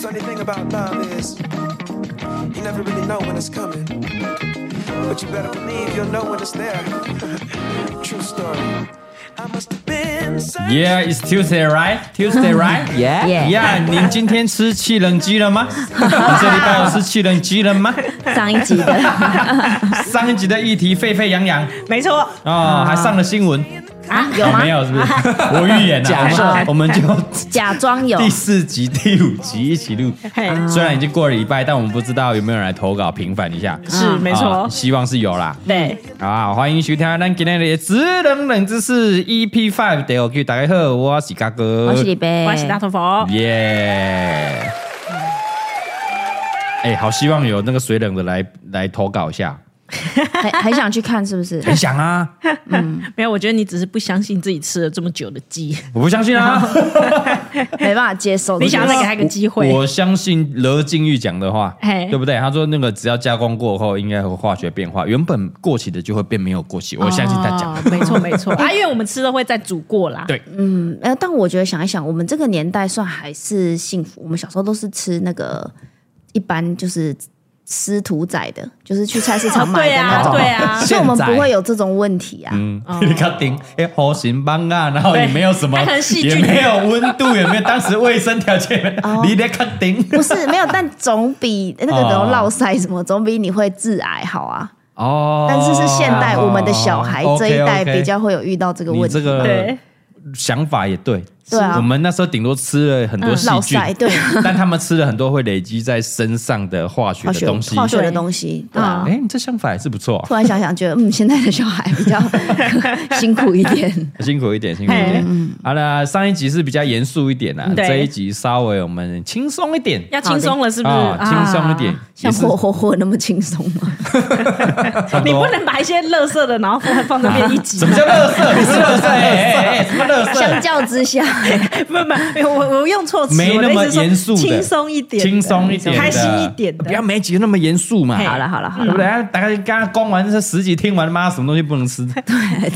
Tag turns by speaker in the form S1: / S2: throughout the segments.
S1: Funny thing about love is you never really know when it's coming, but you better believe you'll know when it's there. True story. I must have been searching-
S2: Yeah, it's Tuesday, right? Tuesday, right?
S3: Yeah.
S4: Yeah
S2: Yeah，您今天吃气冷鸡了吗？ 你这礼拜有吃气冷鸡了吗？
S4: 上一 集的
S2: 上一集的议题沸沸扬扬
S3: 没错，
S2: 哦，还上了新闻，哎
S4: 啊，有吗？
S2: 没有是 不是？我预言了、
S3: 假设
S2: 啊，我们我们就
S4: 假装有
S2: 第四集、第五集一起录。
S3: 嘿，
S2: 虽然已经过了礼拜，但我们不知道有没有人来投稿平反一下。
S3: 是没
S2: 啊
S3: 错，
S2: 希望是有啦。
S3: 对，
S2: 啊，欢迎收听咱今天的职能冷知识 EP Five d o 大家好，我是嘎哥，
S4: 我是李贝，
S3: 我是大头佛，
S2: 耶！哎、好希望有那个水冷的来来投稿一 下，
S4: 很很想去看，是不是？
S2: 很想啊，
S3: 没有，我觉得你只是不相信自己吃了这么久的鸡，
S2: 我不相信啊，
S4: 没办法接受。
S3: 你想要再给他一个机会
S2: 我，我相信罗金玉讲的话，
S3: 嘿
S2: 对不对？他说那个只要加工过后，应该会化学变化，原本过期的就会变没有过期，我相信他讲。
S3: 哦没错没 错啊，因为我们吃了会再煮过啦，
S2: 对
S4: 嗯呃，但我觉得想一想，我们这个年代算还是幸福。我们小时候都是吃那个一般就是师徒仔的，就是去菜市场
S3: 哦
S4: 买
S3: 对
S4: 的那
S3: 啊
S4: 种，
S3: 对啊，
S4: 所以我们
S2: 现宰
S4: 不会有这种问题啊。
S2: 嗯，
S3: 哦
S2: 你看顶，哎，好行帮啊，然后也没有什么
S3: 还很，细
S2: 也
S3: 菌
S2: 没有温度，也没有当时卫生条件， 你得看顶。
S4: 不是没有，但总比那个
S2: 哦
S4: 什么落腮什么，总比你会致癌好啊。
S2: 哦，
S4: 但是是现代我们的小孩这一代
S2: OK，OK
S4: 比较会有遇到这个
S2: 你
S4: 问
S2: 这
S4: 题，
S2: 个
S3: 对
S2: 想法也对，
S4: 对啊
S2: 我们那时候顶多吃了很多细
S4: 嗯落
S2: 菌，
S4: 腮对
S2: 但他们吃了很多会累积在身上的化学
S4: 化
S2: 的
S4: 学
S2: 东西。
S4: 化学的
S3: 对
S4: 东西，对啊。
S2: 哎、你这想法也是不 错、啊
S4: 突然想想，觉得嗯，现在的小孩比较辛苦一 点。
S2: 辛苦一点，辛苦一点。好了，上一集是比较严肃一点啦，
S3: 对
S2: 这一集稍微我们轻松一点
S3: 要轻松了是不是？
S2: 啊，轻松一点
S3: 啊，
S2: 也
S4: 像
S2: 是
S4: 火火火那么轻松吗？
S2: 啊差不
S3: 你
S2: 多
S3: 不。能把一些垃圾的，然后放放这边一 集
S2: 什。么叫乐色？你是乐色？哎哎哎，什么乐
S4: 相
S2: 色？
S4: 较之下，
S3: 不不，我我用错词，
S2: 没那么
S3: 我的意思是说
S2: 严肃的
S3: 轻松一点的，
S2: 轻松一点的，
S3: 开心一点的
S2: 不要每集那么严肃嘛。
S3: 嘿
S4: 好了好了好
S2: 对
S4: 了，
S2: 不对？大家刚刚光完这十集，听完妈什么东西不能吃，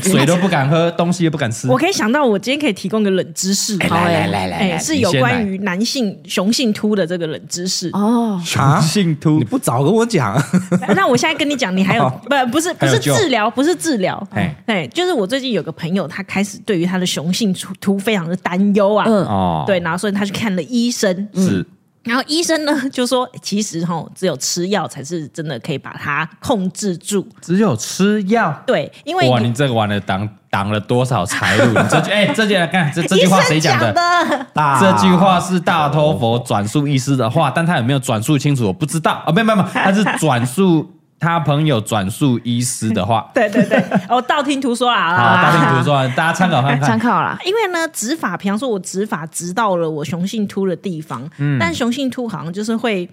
S2: 水 都不敢喝，东西也不敢吃。
S3: 我可以想到，我今天可以提供个冷知识，好
S4: 来来
S3: 来来，哦哎是有关于男性雄性秃的这个冷知识。
S4: 哦，
S5: 啊
S2: 雄性秃
S5: 你，不早跟我讲，
S3: 那我现在跟你讲，你还有不不是不
S2: 哦还有
S3: 是
S2: 救
S3: 治疗，不是治疗
S2: 哎，
S3: 对，就是我最近有个朋友，他开始对于他的雄性秃秃非常的担忧啊，
S4: 嗯
S2: 哦
S3: 对，然嗯后所以他去看了医生，
S2: 是
S3: 然后医生呢就说，其实哈，只有吃药才是真的可以把它控制住，
S2: 只有吃药。
S3: 对，因为
S2: 哇，你这个完了挡挡了多少财
S3: 。
S2: 路？你这句哎，这句来看，这这句话谁讲的？
S5: 大
S2: 这句话是大头佛转述医师的话，但他有没有转述清楚，我不知道啊。没有没有没有，他是转述他朋友转述医师的话
S3: 对对对，我道听途说啊，
S2: 好，大听途说完，大家参考看看
S4: 参。考啦。
S3: 因为呢，植发，比方说我植发植到了我雄性秃的地方，
S2: 嗯
S3: 但雄性秃好像就是会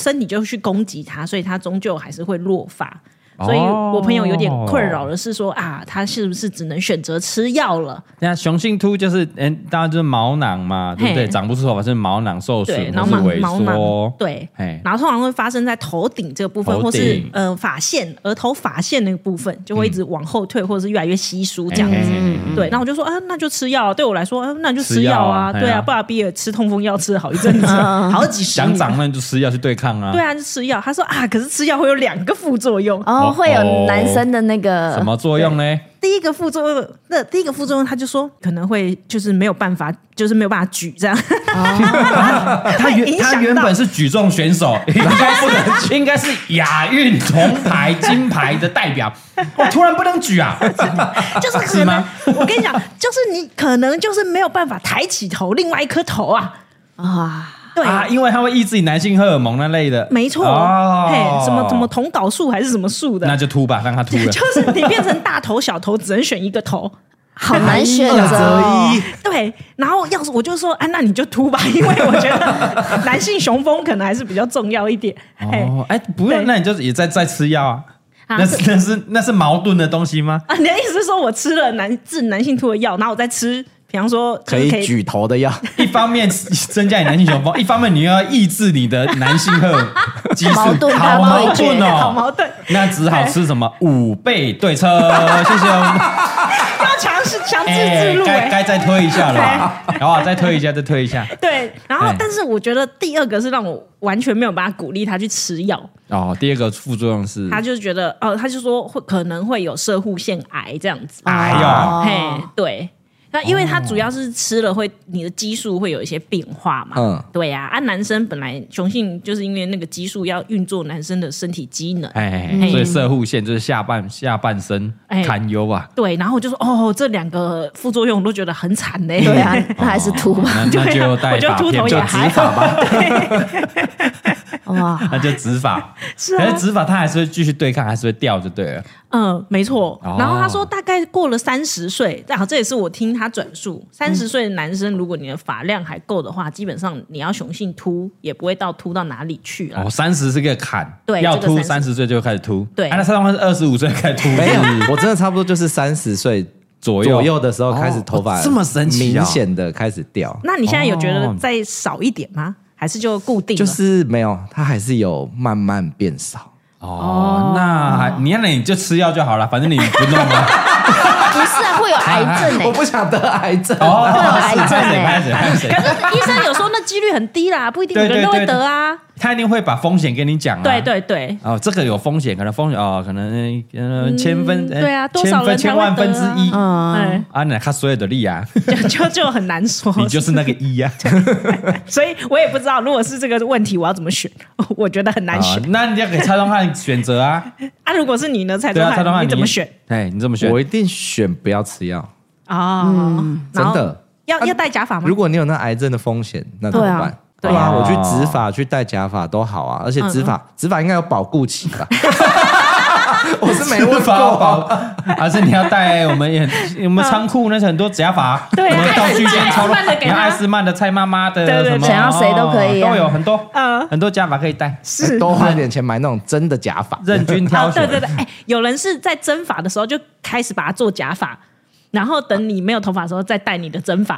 S3: 身体就去攻击它，所以它终究还是会落发。所以
S2: 哦
S3: 我朋友有点困扰的是说、啊，他是不是只能选择吃药了？
S2: 那雄性秃就是，嗯，当然就是毛囊嘛，对不对？
S3: 嘿长
S2: 长不出头发是毛囊受
S3: 对，
S2: 损
S3: 然
S2: 或
S3: 后
S2: 是
S3: 毛
S2: 萎
S3: 毛
S2: 缩
S3: 囊，，对
S2: 嘿，
S3: 然后通常会发生在头顶这个部分，
S2: 头
S3: 或是
S2: 顶嗯
S3: 呃发线、额头发线那个部分，就会一直往后退，或者是越来越稀疏这样子。
S2: 子
S3: 对，那我就说啊，那就吃药啊。对我来说，啊、那就
S2: 嗯吃
S3: 吃
S2: 药
S3: 药
S2: 啊
S3: 啊。
S2: 哎呀
S3: 对啊，不然比尔吃痛风药吃了好一阵子， 好几十
S2: 想
S3: 年。
S2: 长那就吃药去对抗啊。
S3: 对啊，就吃药。他说啊，可是吃药会有两个副作用。
S4: 哦，会有男生的那
S2: 什
S4: 个
S2: 么作用呢？
S3: 第一个副作用，那第一个副作用，他就说可能会就是没有办法，就是没有办法举这样。
S2: 他
S3: 会
S2: 原
S3: 哦影响
S2: 他
S3: 到
S2: 原本是举重选手，应该不能，应该是亚运铜牌、金牌的代表，我突然不能举啊！
S3: 就
S2: 是
S3: 是可能
S2: 吗，
S3: 我跟你讲，就是你可能就是没有办法抬起头，另外一颗头啊，
S4: 啊，
S3: 对，
S2: 啊，因为它会抑制你男性荷尔蒙那类的，
S3: 没错，
S2: 哦
S3: 嘿，什么什么同睾素还是什么素的，。
S2: 那就秃吧，让它秃了
S3: 就是你变成大头小头，只能选一个头。
S4: 好难选
S2: 二
S4: 择哦
S2: 择一，
S3: 对，然后要是我就说，啊，那你就秃吧，因为我觉 得男性雄风可能还是比较重要一点。嘿，
S2: 哦，哎，不用，
S3: 对
S2: 那你就是也在在吃药啊？
S3: 啊
S2: 那是那是那是矛盾的东西吗？
S3: 啊，你的意思是说我吃了男治男性秃的药，然后我再吃，比方说就
S5: 可
S3: 是
S5: 以
S3: 可以
S5: 举头的药，
S2: 一方面增加你男性雄风，一方面你又要抑制你的男性荷尔 激素，
S4: 矛盾
S2: 好
S4: 大
S2: 矛
S4: 对决
S2: 盾
S3: 好
S2: 哦。
S3: 矛盾，
S2: 那只好吃什么五倍对称， 谢谢我们。
S3: 要强势强制
S2: 哎
S3: 自入
S2: 该
S3: 哎、
S2: 该再推一下了吧，好啊，再推一下，再推一下。
S3: 对，然后
S2: 哎
S3: 但是我觉得第二个是让我完全没有办法鼓励他去吃药，
S2: 哦，第二个副作用是
S3: 他就觉得哦，他就说会可能会有射护腺癌这样子，
S2: 哎呦，
S4: 哦
S3: 嘿，对。那因为它主要是吃了会，你的激素会有一些变化嘛。
S5: 嗯
S3: 对呀、啊，男生本来雄性就是因为那个激素要运作男生的身体机能，
S2: 哎，
S3: 嗯
S2: 所以射护线就是下半下半身
S3: 哎
S2: 堪忧 啊。
S3: 对。然后我就说，哦，这两个副作用我都觉得很惨嘞、
S4: 对啊，那还是秃吧，
S2: 那
S3: 对啊
S2: 那就带
S3: 我就
S2: 发
S3: 秃
S2: 片
S3: 头
S2: 就
S3: 也
S2: 执
S3: 还
S2: 法
S3: 好
S2: 吧，
S4: 哇，
S2: 那就执法。
S3: 是
S2: 可
S3: 啊
S2: 是，执法他还是会继续对抗，还是会掉就对了。
S3: 嗯，没错。
S2: 哦
S3: 然后他说，大概过了三十岁，然后这也是我听他转述，三十岁的男生，如果你的发量还够的话，基本上你要雄性秃也不会到秃到哪里去啊。
S2: 哦，三十是个坎，
S3: 对
S2: 要
S3: 这个
S2: 秃
S3: 30
S2: 三十岁就开始秃，
S3: 对
S2: 啊，那上万是二十五岁开始秃，
S5: 没有，我真的差不多就是三十岁
S2: 左右
S5: 左右的时候开始头发
S2: 哦这么神奇啊
S5: 明显的开始掉，
S3: 那你现在有觉得
S2: 哦
S3: 再少一点吗？还是就固定了？
S5: 就是没有，它还是有慢慢变少。
S2: 哦，那还你看，那你就吃药就好了，反正你不弄啊了。
S4: 不是啊，会有癌
S3: 欸
S4: 症哎、
S5: 我不想得癌症，
S2: 哦，
S4: 会有癌症
S2: 拍谁
S4: 欸
S2: 拍谁拍谁
S3: 可，是医生有说那几率很低啦，不一定每个人都会得啊。
S2: 他一定会把风险跟你讲啊。
S3: 对对对，
S2: 哦，这个有风险，可能风险哦，可能呃千分，呃
S3: 对啊多
S2: 千
S3: 少
S2: 分
S3: 人才
S2: 千
S3: 会
S2: 万分之
S3: 得啊
S2: 一
S4: 嗯
S3: 哎，
S2: 啊，那他所有的力啊，
S3: 就就就很难说。
S2: 你就是那个一啊 呀。
S3: 所以我也不知道，如果是这个问题，我要怎么选？ 我觉得很难
S2: 啊
S3: 选，
S2: 那你要给蔡宗翰选择啊，
S3: 啊。如果是你呢，蔡
S2: 对
S3: 宗
S2: 啊，蔡宗
S3: 翰，
S2: 翰
S3: 你怎么选？？
S2: 哎，你怎么选？
S5: 我一定选不要吃药，
S4: 嗯
S3: 哦，
S5: 真
S3: 然后
S5: 的。
S3: 要
S4: 啊
S3: 要戴假发吗
S5: 如？果你有那癌症的风险，那怎么办？
S3: 对啊对嗯
S5: 啊，
S2: 啊
S5: 我去植发、去戴假发都好啊，而且植发、植发应该有保固期吧？我是没问过啊、
S2: 还是你要带我们也我们仓库那是很多假发，
S3: 对
S2: 我们道具间超
S3: 艾斯曼的给他
S2: 你要艾斯曼的、蔡妈妈的，
S3: 对对
S2: 什么
S4: 想要谁都可以啊
S2: 哦都有很多，
S3: 嗯
S2: 很多假发可以戴，
S3: 是
S5: 多花点钱买那种真的假发。
S2: 任君挑
S3: 啊，对
S2: 选。
S3: 对对，哎，有人是在蒸发的时候就开始把它做假发，然后等你没有头发的时候再戴你的蒸发，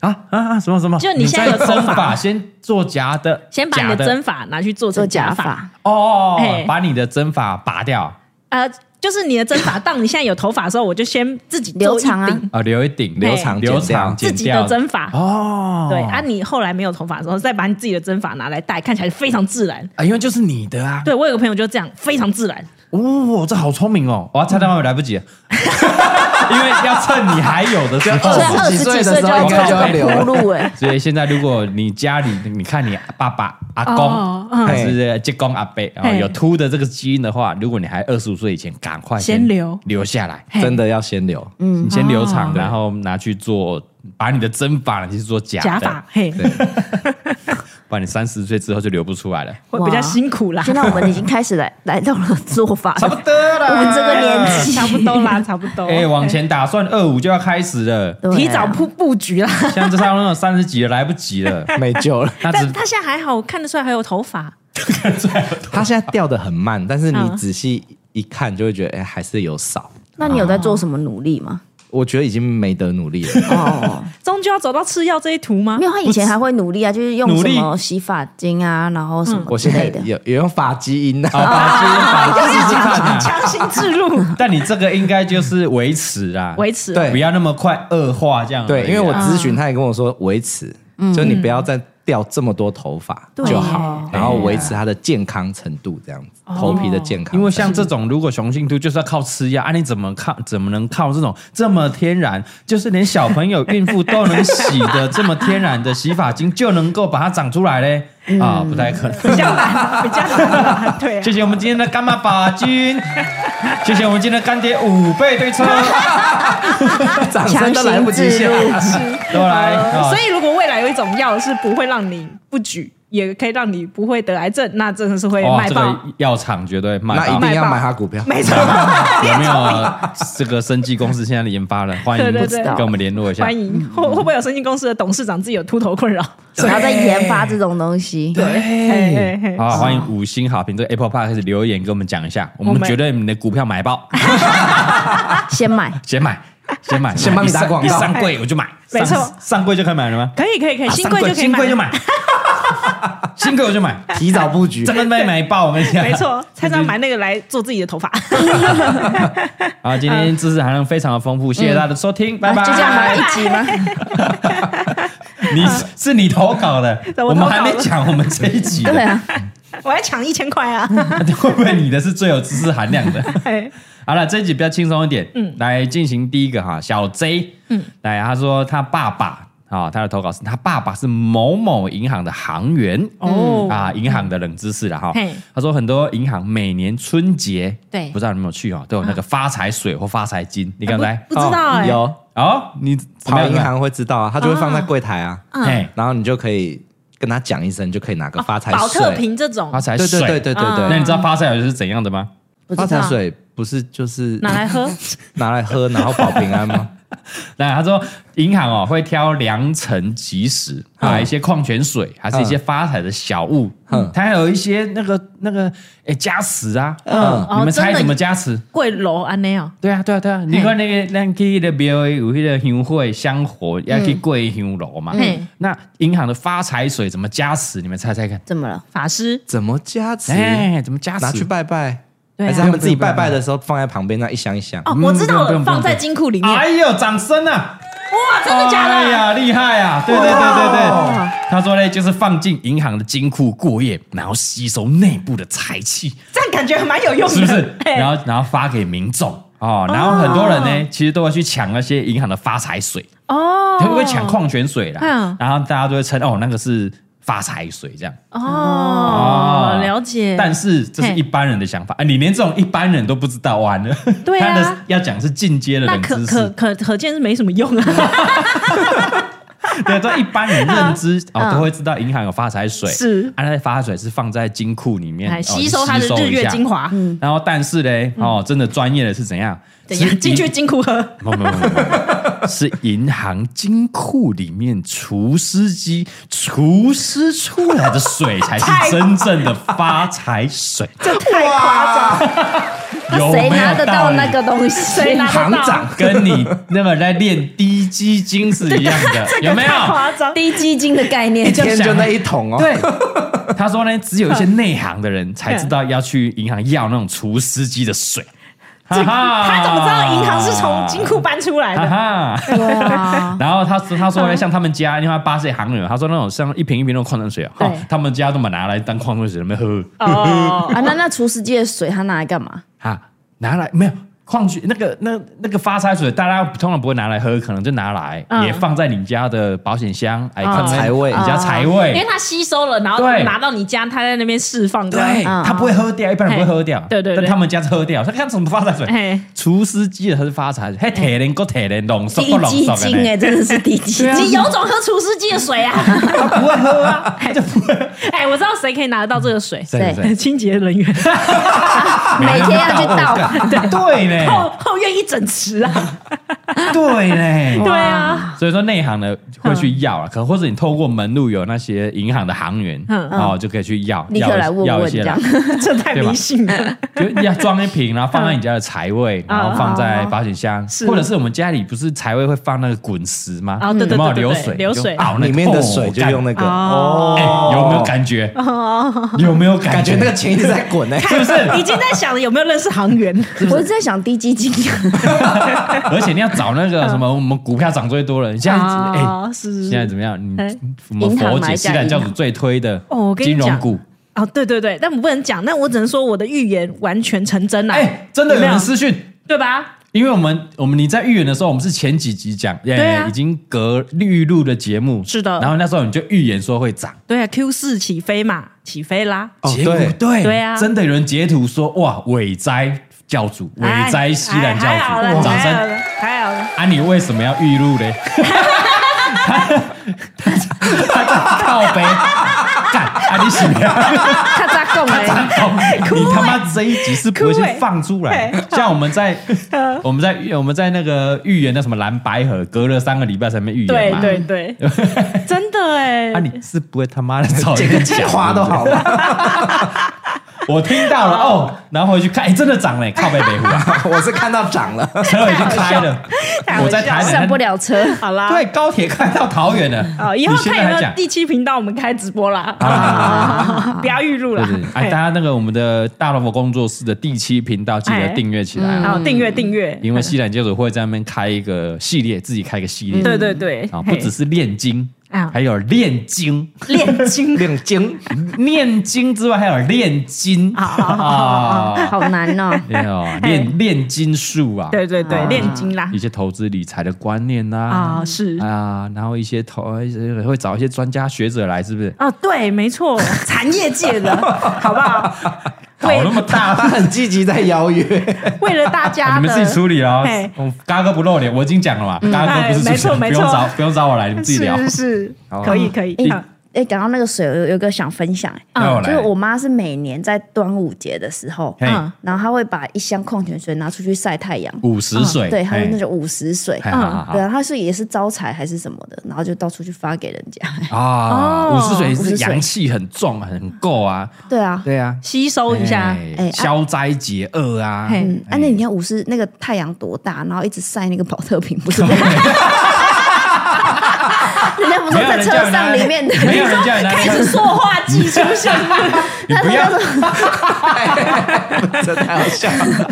S2: 啊啊啊！什么什么？
S3: 就你现在有
S2: 在
S3: 头
S2: 蒸
S3: 发
S2: 发，先做假的，
S3: 先把你
S2: 假
S3: 的蒸发拿去做
S4: 做
S3: 成
S4: 假
S3: 假
S4: 发。
S2: 哦
S3: 嘿，
S2: 把你的蒸发拔掉
S3: 呃，就是你的蒸 发，当你现在有头发的时候，我就先自己
S4: 留
S3: 做一
S4: 长啊
S3: 顶
S2: 啊，留一顶
S3: 留长
S2: 留
S5: 剪掉
S2: 长
S3: 自
S2: 剪
S3: 己
S2: 掉
S3: 的蒸发。
S2: 哦，
S3: 对啊，你后来没有头发的时候，再把你自己的蒸发拿来戴，看起来非常自然。
S2: 啊，因为就是你的啊。
S3: 对我有个朋友就这样，非常自然。
S2: 哦，这好聪明哦！哇，猜到外面来不及了， 因为要趁你还有的时
S3: 哦
S2: 候。
S4: 现在二十几岁就要走这种铺路哎、
S2: 所以现在，如果你家里你看你爸爸、阿公
S3: 哦嗯
S2: 还是舅公、阿伯啊
S3: 嘿
S2: 有秃的这个基因的话，如果你还二十五岁以前，赶快
S3: 先留
S2: 留下来，
S3: 嘿
S5: 真的要先留，
S2: 你先留长，
S3: 哦
S2: 然后拿去做，把你的真发拿去做假
S3: 假
S2: 的，
S3: 发，嘿，
S2: 不然你三十岁之后就留不出 来了。
S3: 会比较辛苦啦。
S4: 现在我们已经开始来来到了做法
S2: 差不
S4: 了，
S2: 多了，
S4: 我们这个 年纪
S3: 差不多啦，差不多。
S2: 哎、往前打算二五就要开始 了，
S4: 对啊
S3: 提早布布局啦。
S2: 像这上那种三十几的来不及了，
S5: 没救了。
S2: 那
S3: 但
S2: 只
S3: 他现在还好，我看得出来还有头发。
S5: 它现在掉的很慢，但是你
S3: 嗯
S5: 仔细一看就会觉得，哎、还是有少。
S4: 那你有在做什么努力吗？
S5: 我觉得已经没得努力了。
S4: 哦，
S3: 终究要走到吃药这一途
S2: 啊
S3: 吗
S4: 没？有，他以前还会努力啊，就是用
S2: 努
S4: 什
S2: 力
S4: 么洗发精啊，然后什么
S2: 嗯
S5: 我
S4: 之
S5: 现在
S4: 类的。
S5: 有有用发基因的、啊
S2: 好
S3: 哦啊
S2: 吧，先把试试看啊。
S3: 强行 置入，
S2: 但你这个应该就是维持啊，
S3: 维持。
S5: 对
S2: 不要那么快恶化这样而已啊。
S5: 对，因为我咨询，他也跟我说维持，
S3: 嗯
S5: 就你不要再掉这么多头发
S3: 对
S5: 就好
S3: 耶，
S5: 然后维持它的健康程度这样子，
S3: 哦
S5: 头皮的健康程度。
S2: 因为像这种，如果雄性秃就是要靠吃药啊，你怎么靠怎么能靠这种这么天然，就是连小朋友、孕妇都能洗的这么天然的洗发精，就能够把它长出来嘞？
S5: 嗯
S2: 啊，不太可能。
S3: 比较难，比较难。对啊
S2: 谢，谢我们今天的干妈把 君，谢谢我们今天的干爹五倍对车，
S5: 掌声都来不及下，
S2: 都来。啊
S3: 呃
S2: 哦
S3: 所以如果未来还有一种药是不会让你不举，也可以让你不会得癌症，那真的是会
S5: 哦
S2: 哇，
S3: 卖
S2: 这
S3: 爆。
S2: 个药厂绝对卖
S5: 那一
S2: 爆。
S5: 定要
S3: 卖爆
S5: 买他股票。
S3: 没 错，
S2: 有没有这个生技公司现在的研发了？欢迎
S3: 对对对
S2: 跟我们联络一下
S3: 欢。迎会会不会有生技公司的董事长自己有秃头困扰？
S4: 然后再研发这种东西，
S3: 嘿嘿嘿
S2: 嗯哎好，欢迎五星好评，这个 Apple Park 开始留言给我们讲一下，我们
S3: 我们
S2: 绝对你的股票买 爆，
S4: 先买。
S2: 先买，先买，
S5: 先帮你打
S2: 一上
S5: 广告
S2: 一上柜我就买，
S3: 没错
S2: 上上柜就可以买了吗？
S3: 可以可以可以，
S2: 啊
S3: 新
S2: 上
S3: 贵就可以
S2: 新
S3: 买
S2: 柜就
S3: 了，
S2: 买， 新柜我就买，
S5: 提早布 局
S2: 真，的被买爆，我跟你讲，
S3: 没 错，蔡长买那个来做自己的头发。
S2: 好，今天知识含量非常的丰富，
S3: 嗯
S2: 谢谢大家的收听， 拜拜。
S4: 就这样吗？一集吗？
S2: 你是是你投稿 的，
S3: 对
S2: 我
S3: 我投稿的
S2: 们还没讲我们这一集的，
S4: 对啊，
S3: 我要抢一千块啊！
S2: 会不会你的是最有知识含量的？
S3: 哎
S2: 好了，这一集比较轻松一点，嗯，来进行第一个哈，小 J，嗯，来，他说他爸爸。啊、他的投稿是他爸爸是某某银行的行员
S3: 哦
S2: 啊，银行的冷知识了哈
S3: 嘿。
S2: 他说很多银行每年春节，
S3: 对啊
S2: 不知道你有没有去哦，都有那个发财水或发财金，你刚才
S3: 不不知道哎
S5: 有
S2: 哦，你怎么
S5: 跑
S2: 样
S5: 银？行会知
S3: 哦
S5: 道啊，他就会放在柜台啊，
S2: 哎，
S5: 然后你就可以跟他讲一声，就可以拿个发财
S3: 哦保特
S5: 水。
S3: 瓶哦这种
S2: 发财
S5: 对
S2: 水，
S5: 对对对对
S3: 嗯
S2: 那
S5: 对
S2: 你知道发财水是怎样的吗？
S4: 不
S5: 发
S4: 知
S5: 财
S4: 道。
S5: 水不是就是
S3: 拿来喝，
S5: 拿来喝，然后保平安吗？
S2: 那他说，银行哦会挑良辰吉时，
S5: 嗯
S2: 啊买一些矿泉水，还是一些发财的小物，嗯，它还有一些那个那个诶加持啊， 嗯，你们猜
S3: 哦真的
S2: 怎么加持？
S3: 贵楼安哦那样。
S2: 对啊，对啊，对啊！你看那个，咱去那边有那个香火香火，要去跪香炉嘛
S3: 嗯。
S2: 那银行的发财水怎么加持？你们猜猜看？
S4: 怎么了？
S3: 法师，
S5: 怎么加持？
S2: 哎，怎么加
S5: 拿去
S2: 持？
S5: 拜拜，
S3: 对啊
S5: 还是他们自己拜拜的时候放在旁边那一箱一箱？
S3: 哦，我知道
S2: 嗯不用不用
S3: 了，放在
S2: 不用
S3: 金库里面。
S2: 哎呦，掌声啊！
S3: 哇，真的假
S2: 哎
S3: 的？
S2: 呀，厉害啊！对对对对对，他说呢，就是放进银行的金库过夜，然后吸收内部的财 气，
S3: 这样感觉还蛮有用的，
S2: 是不是？
S3: 哎
S2: 然后然后发给民众。哦，然后很多人呢，其实都会去抢那些银行的发财水，
S3: 哦，
S2: 他会抢矿泉水啦，
S3: 嗯
S2: 然后大家都会称哦，那个是发财水这样。
S3: 哦
S2: 哦，
S3: 了解。
S2: 但是这是
S3: 嗯嘿
S2: 一般人的想法啊，你连这种一般人都不知道，完了。
S3: 对啊
S2: 他的要讲是进阶的
S3: 那
S2: 冷
S3: 可
S2: 知识，哦
S3: 可可可见是没什么用 啊，
S2: 对，这一般人认知哦，都会知道银行有发财水，
S3: 嗯是
S2: 啊，那发财水是放在金库里面
S3: 哎
S2: 哦
S3: 吸收它的
S2: 吸收
S3: 日
S2: 一
S3: 月
S2: 下嗯
S3: 精华。嗯
S2: 然后，但是嘞，哦，真的专业的是怎样？
S3: 怎样
S2: 是
S3: 进去
S2: 银？
S3: 金 库喝？
S2: 不不不不不， 是银行金库里面除湿机除湿出来的水才是真正的发财水，
S4: 那
S2: 有
S4: 谁
S2: 没
S4: 拿
S2: 有
S4: 得
S2: 道
S4: 到
S2: 理
S4: 那个东西？
S3: 谁拿得到？
S2: 跟你那个在练低基金是一样 的， 有没哎有？
S3: 太夸张，
S4: 低基金的概念
S5: 一？天就那一桶哦。
S2: 对， 他说呢，只有一些内行的人才知道要去银行要那种除湿机的水。哈哈
S3: 他怎么知道银行是从金库？搬出来
S2: 哈 哈。
S3: 的？
S4: 哇，
S2: 然后他说他说呢，像他们家，因为他爸是行员，他说那种像一瓶一瓶那种矿泉水啊，哈
S4: 对
S2: 他们家都把拿来当矿泉水在那边喝
S3: 哦，
S4: 啊，那那除湿机的水他拿来干嘛？
S2: 啊，拿来没有。矿泉那个那那个发财水，大家通常不会拿来喝，可能就拿来、
S3: 嗯
S2: 也放在你家的保险箱，哎，看
S5: 财位
S2: 你家财
S3: 因为
S2: 位，
S3: 它吸收了，然后
S2: 对
S3: 拿到你家，它在那边释放。
S2: 对，哎
S4: 嗯
S2: 他不会喝掉，一般人不会喝掉，
S3: 对对对
S2: 但他们家是喝掉，他看什么发财水，
S3: 哎，
S2: 厨师机的它是发财，还铁人够铁人浓缩
S4: 低
S2: 不啊浓
S4: 基
S2: 缩
S4: 金哎，真的是低基
S3: 你
S4: 金。
S3: 有种喝厨师机的水啊！
S2: 他
S4: 哎
S2: 不会喝啊，他就不会。
S3: 哎，我知道谁可以拿得到这个水，
S2: 对对，
S3: 清洁人员
S4: 每天要去倒
S2: 对对
S3: 后
S2: 嘞，
S3: 后院一整池啊！
S2: 对嘞。
S4: 哦
S3: 对啊，
S2: 所以说内行的会去要
S4: 嗯
S2: 啊，可或者你透过门路有那些银行的行员，
S3: 嗯嗯
S2: 哦就可以去要，
S4: 立刻
S2: 要
S4: 来问
S2: 要一
S4: 问
S2: 些
S4: 这
S2: 啦
S4: 样，，
S3: 这太迷信了。
S2: 就要装一瓶，然后放在你家的财位，然后放在保险箱，
S3: 是
S2: 或者是我们家里不是财位会放那个滚石吗？
S3: 嗯哦对
S2: 有
S3: 对
S2: 没有
S3: 对对
S2: 流
S3: 对
S2: 水？
S3: 流
S2: 你就
S3: 水
S2: 熬那个
S5: 啊里面的
S2: 哦
S5: 水就
S2: 干
S5: 用那个
S2: 哎
S5: 哦
S2: 有没有感觉？
S3: 哦
S2: 有没有感
S5: 感觉那 个钱一直在滚呢？
S2: 是不是？
S3: 哎已经在想有没有认识行 员，
S4: 我是在想低基金，
S2: 而且你要找那个什 么，我们股票涨最多了。你现在哎、
S3: 啊，是
S2: 现在怎么样？你
S3: 哎
S2: 我们
S4: 银行
S2: 佛
S4: 买
S2: 姐、
S4: 一
S2: 西
S4: 下
S2: 兰
S4: 银
S2: 教
S4: 行
S2: 主最推的
S3: 哦我跟你
S2: 金融
S3: 讲
S2: 股，
S3: 哦，对对对，但我不能讲，但我只能说我的预言完全成真了、
S2: 哎、真的有
S3: 没
S2: 人私讯。
S3: 对吧？
S2: 因为我们我们你在预言的时候，我们是前几集讲，哎
S3: 对啊
S2: 已经隔预录的节目
S3: 是的
S2: 然后那时候你就预言说会涨，
S3: 对啊，Q 四起飞嘛，起飞啦，
S5: 哦
S2: 结果
S5: 对
S2: 对
S3: 对啊
S2: 真的有人截图说哇，伟哉教主，伟
S3: 哎
S2: 哉西兰教
S3: 哎还好
S2: 主，
S3: 了，
S2: 掌
S3: 还好
S2: 声
S3: 了，还好了，
S2: 啊！你为什么要预录呢？靠背，干啊！你行啊，
S4: 他在供哎，
S2: 你他妈这一集是不会先放出来
S3: 欸哭欸？嗯
S2: 像我们在 我们在我们在那个预言的什么蓝白河，隔了三个礼拜才没预言
S3: 对
S2: 嘛。
S3: 对对， 真的哎、
S2: 啊，你是不会他妈的找
S5: 剪
S2: 人
S5: 个几
S2: 讲
S5: 花都好了。
S2: 我听到了哦，然后回去看，哎，真的涨了，靠背北湖 啊，
S5: 我是看到 涨了，
S2: 车已经开了，
S3: 太好笑了
S2: 我在台
S4: 上
S2: 南
S4: 不，了车。
S3: 好啦，
S2: 对，高铁开到桃园了。
S3: 哦，以后
S2: 你现
S3: 看
S2: 在还
S3: 有没
S2: 讲
S3: 有第七频道，我们开直播啦。 不要预录
S2: 对
S3: 啦
S2: 对，对，哎，
S3: 嘿
S2: 大家那个我们的大萝卜工作室的第七频道记得
S3: 哎
S2: 订阅起来啊，
S3: 好，订阅订阅，
S2: 因为西兰教主会在那边开一个系列，自己开一个系列，
S3: 对对对，
S2: 啊，
S3: 嘿
S2: 不只是炼金，
S3: 啊
S2: 还有炼金，
S3: 炼金，
S5: 亮晶，
S2: 炼金之外还有炼金
S3: 好好好
S2: 啊，
S4: 好难哦，
S2: 哎呦炼炼金术啊，
S3: 对对对，炼金啦
S2: 一，些投资理财的观念呐
S3: 啊，是
S2: 啊，然后一些投一些会找一些专家学者来，是不是？
S3: 哦，对，没错，产业 界的好不好？
S2: 搞哦那
S3: 为
S2: 么大
S5: 他很积极在邀约，
S3: 为了大家的，
S2: 你们自己 处理哦
S3: 嘿。
S2: 我嘎哥不露脸，我已经讲了嘛，嘎哥不是
S3: 哎
S2: 主
S3: 没错
S2: 持人
S3: 没
S2: 不用
S3: 错
S2: 找不用找我来，你们自己聊。
S3: 是是，可以可以，好
S4: 哎，讲到那个水，我有有一个想分享，哎
S2: 啊那我来
S4: 就是我妈是每年在端午节的时候，
S2: 嘿
S3: 嗯
S4: 然后她会把一箱矿泉水拿出去晒太阳，
S2: 五十
S3: 哦
S2: 岁，
S4: 嗯对，她
S2: 嘿
S4: 是那种午时水，
S2: 嘿好好好
S4: 对啊，她是也是招财还是什么的，然后就到处去发给人家，
S2: 啊，
S3: 哦
S2: 五十岁是
S4: 50岁
S2: 阳气很重，很够啊。
S4: 对啊，
S2: 对啊，
S3: 吸收一下，
S4: 哎啊
S2: 消灾解厄啊。
S3: 嘿
S4: 嗯，啊，那你看午时那个太阳多大，然后一直晒那个保特瓶，不是？ 人家不是
S2: 没有
S4: 在
S2: 人叫
S4: 车
S2: 你拿
S4: 上里面的，
S2: 没有人叫你拿，
S3: 开始塑化剂出现了，
S2: 你不要，
S5: 这太好笑了。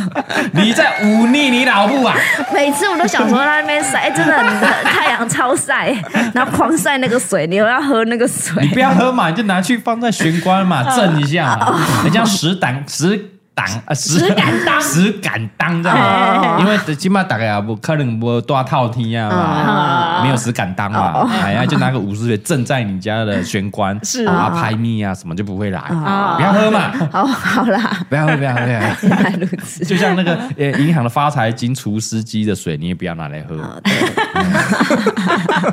S2: 你在忤逆你老母啊！
S4: 每次我都想说在那边晒，哎真的很太阳超晒，然后狂晒那个水，你又要喝那个
S2: 你
S4: 水，
S2: 不要喝嘛，你就拿去放在玄关嘛，震一下
S3: 哦
S2: 嘛，人家十档十档啊，十敢当， 十敢当这样
S3: 哎
S2: 嘛，因为起码大概也啊不可能不大套天啊嘛，没有十敢当嘛，哎呀，就拿个五十岁震在你家的玄关，
S3: 哦是哦
S2: 啊，拍蜜啊什么就不会来，不要喝嘛，
S4: 好好啦，
S2: 不要喝，不要喝，不要喝。
S4: 原来如此。
S2: 就像那个呃银行的发财金除湿机的水，你也不要拿来喝。
S3: 哦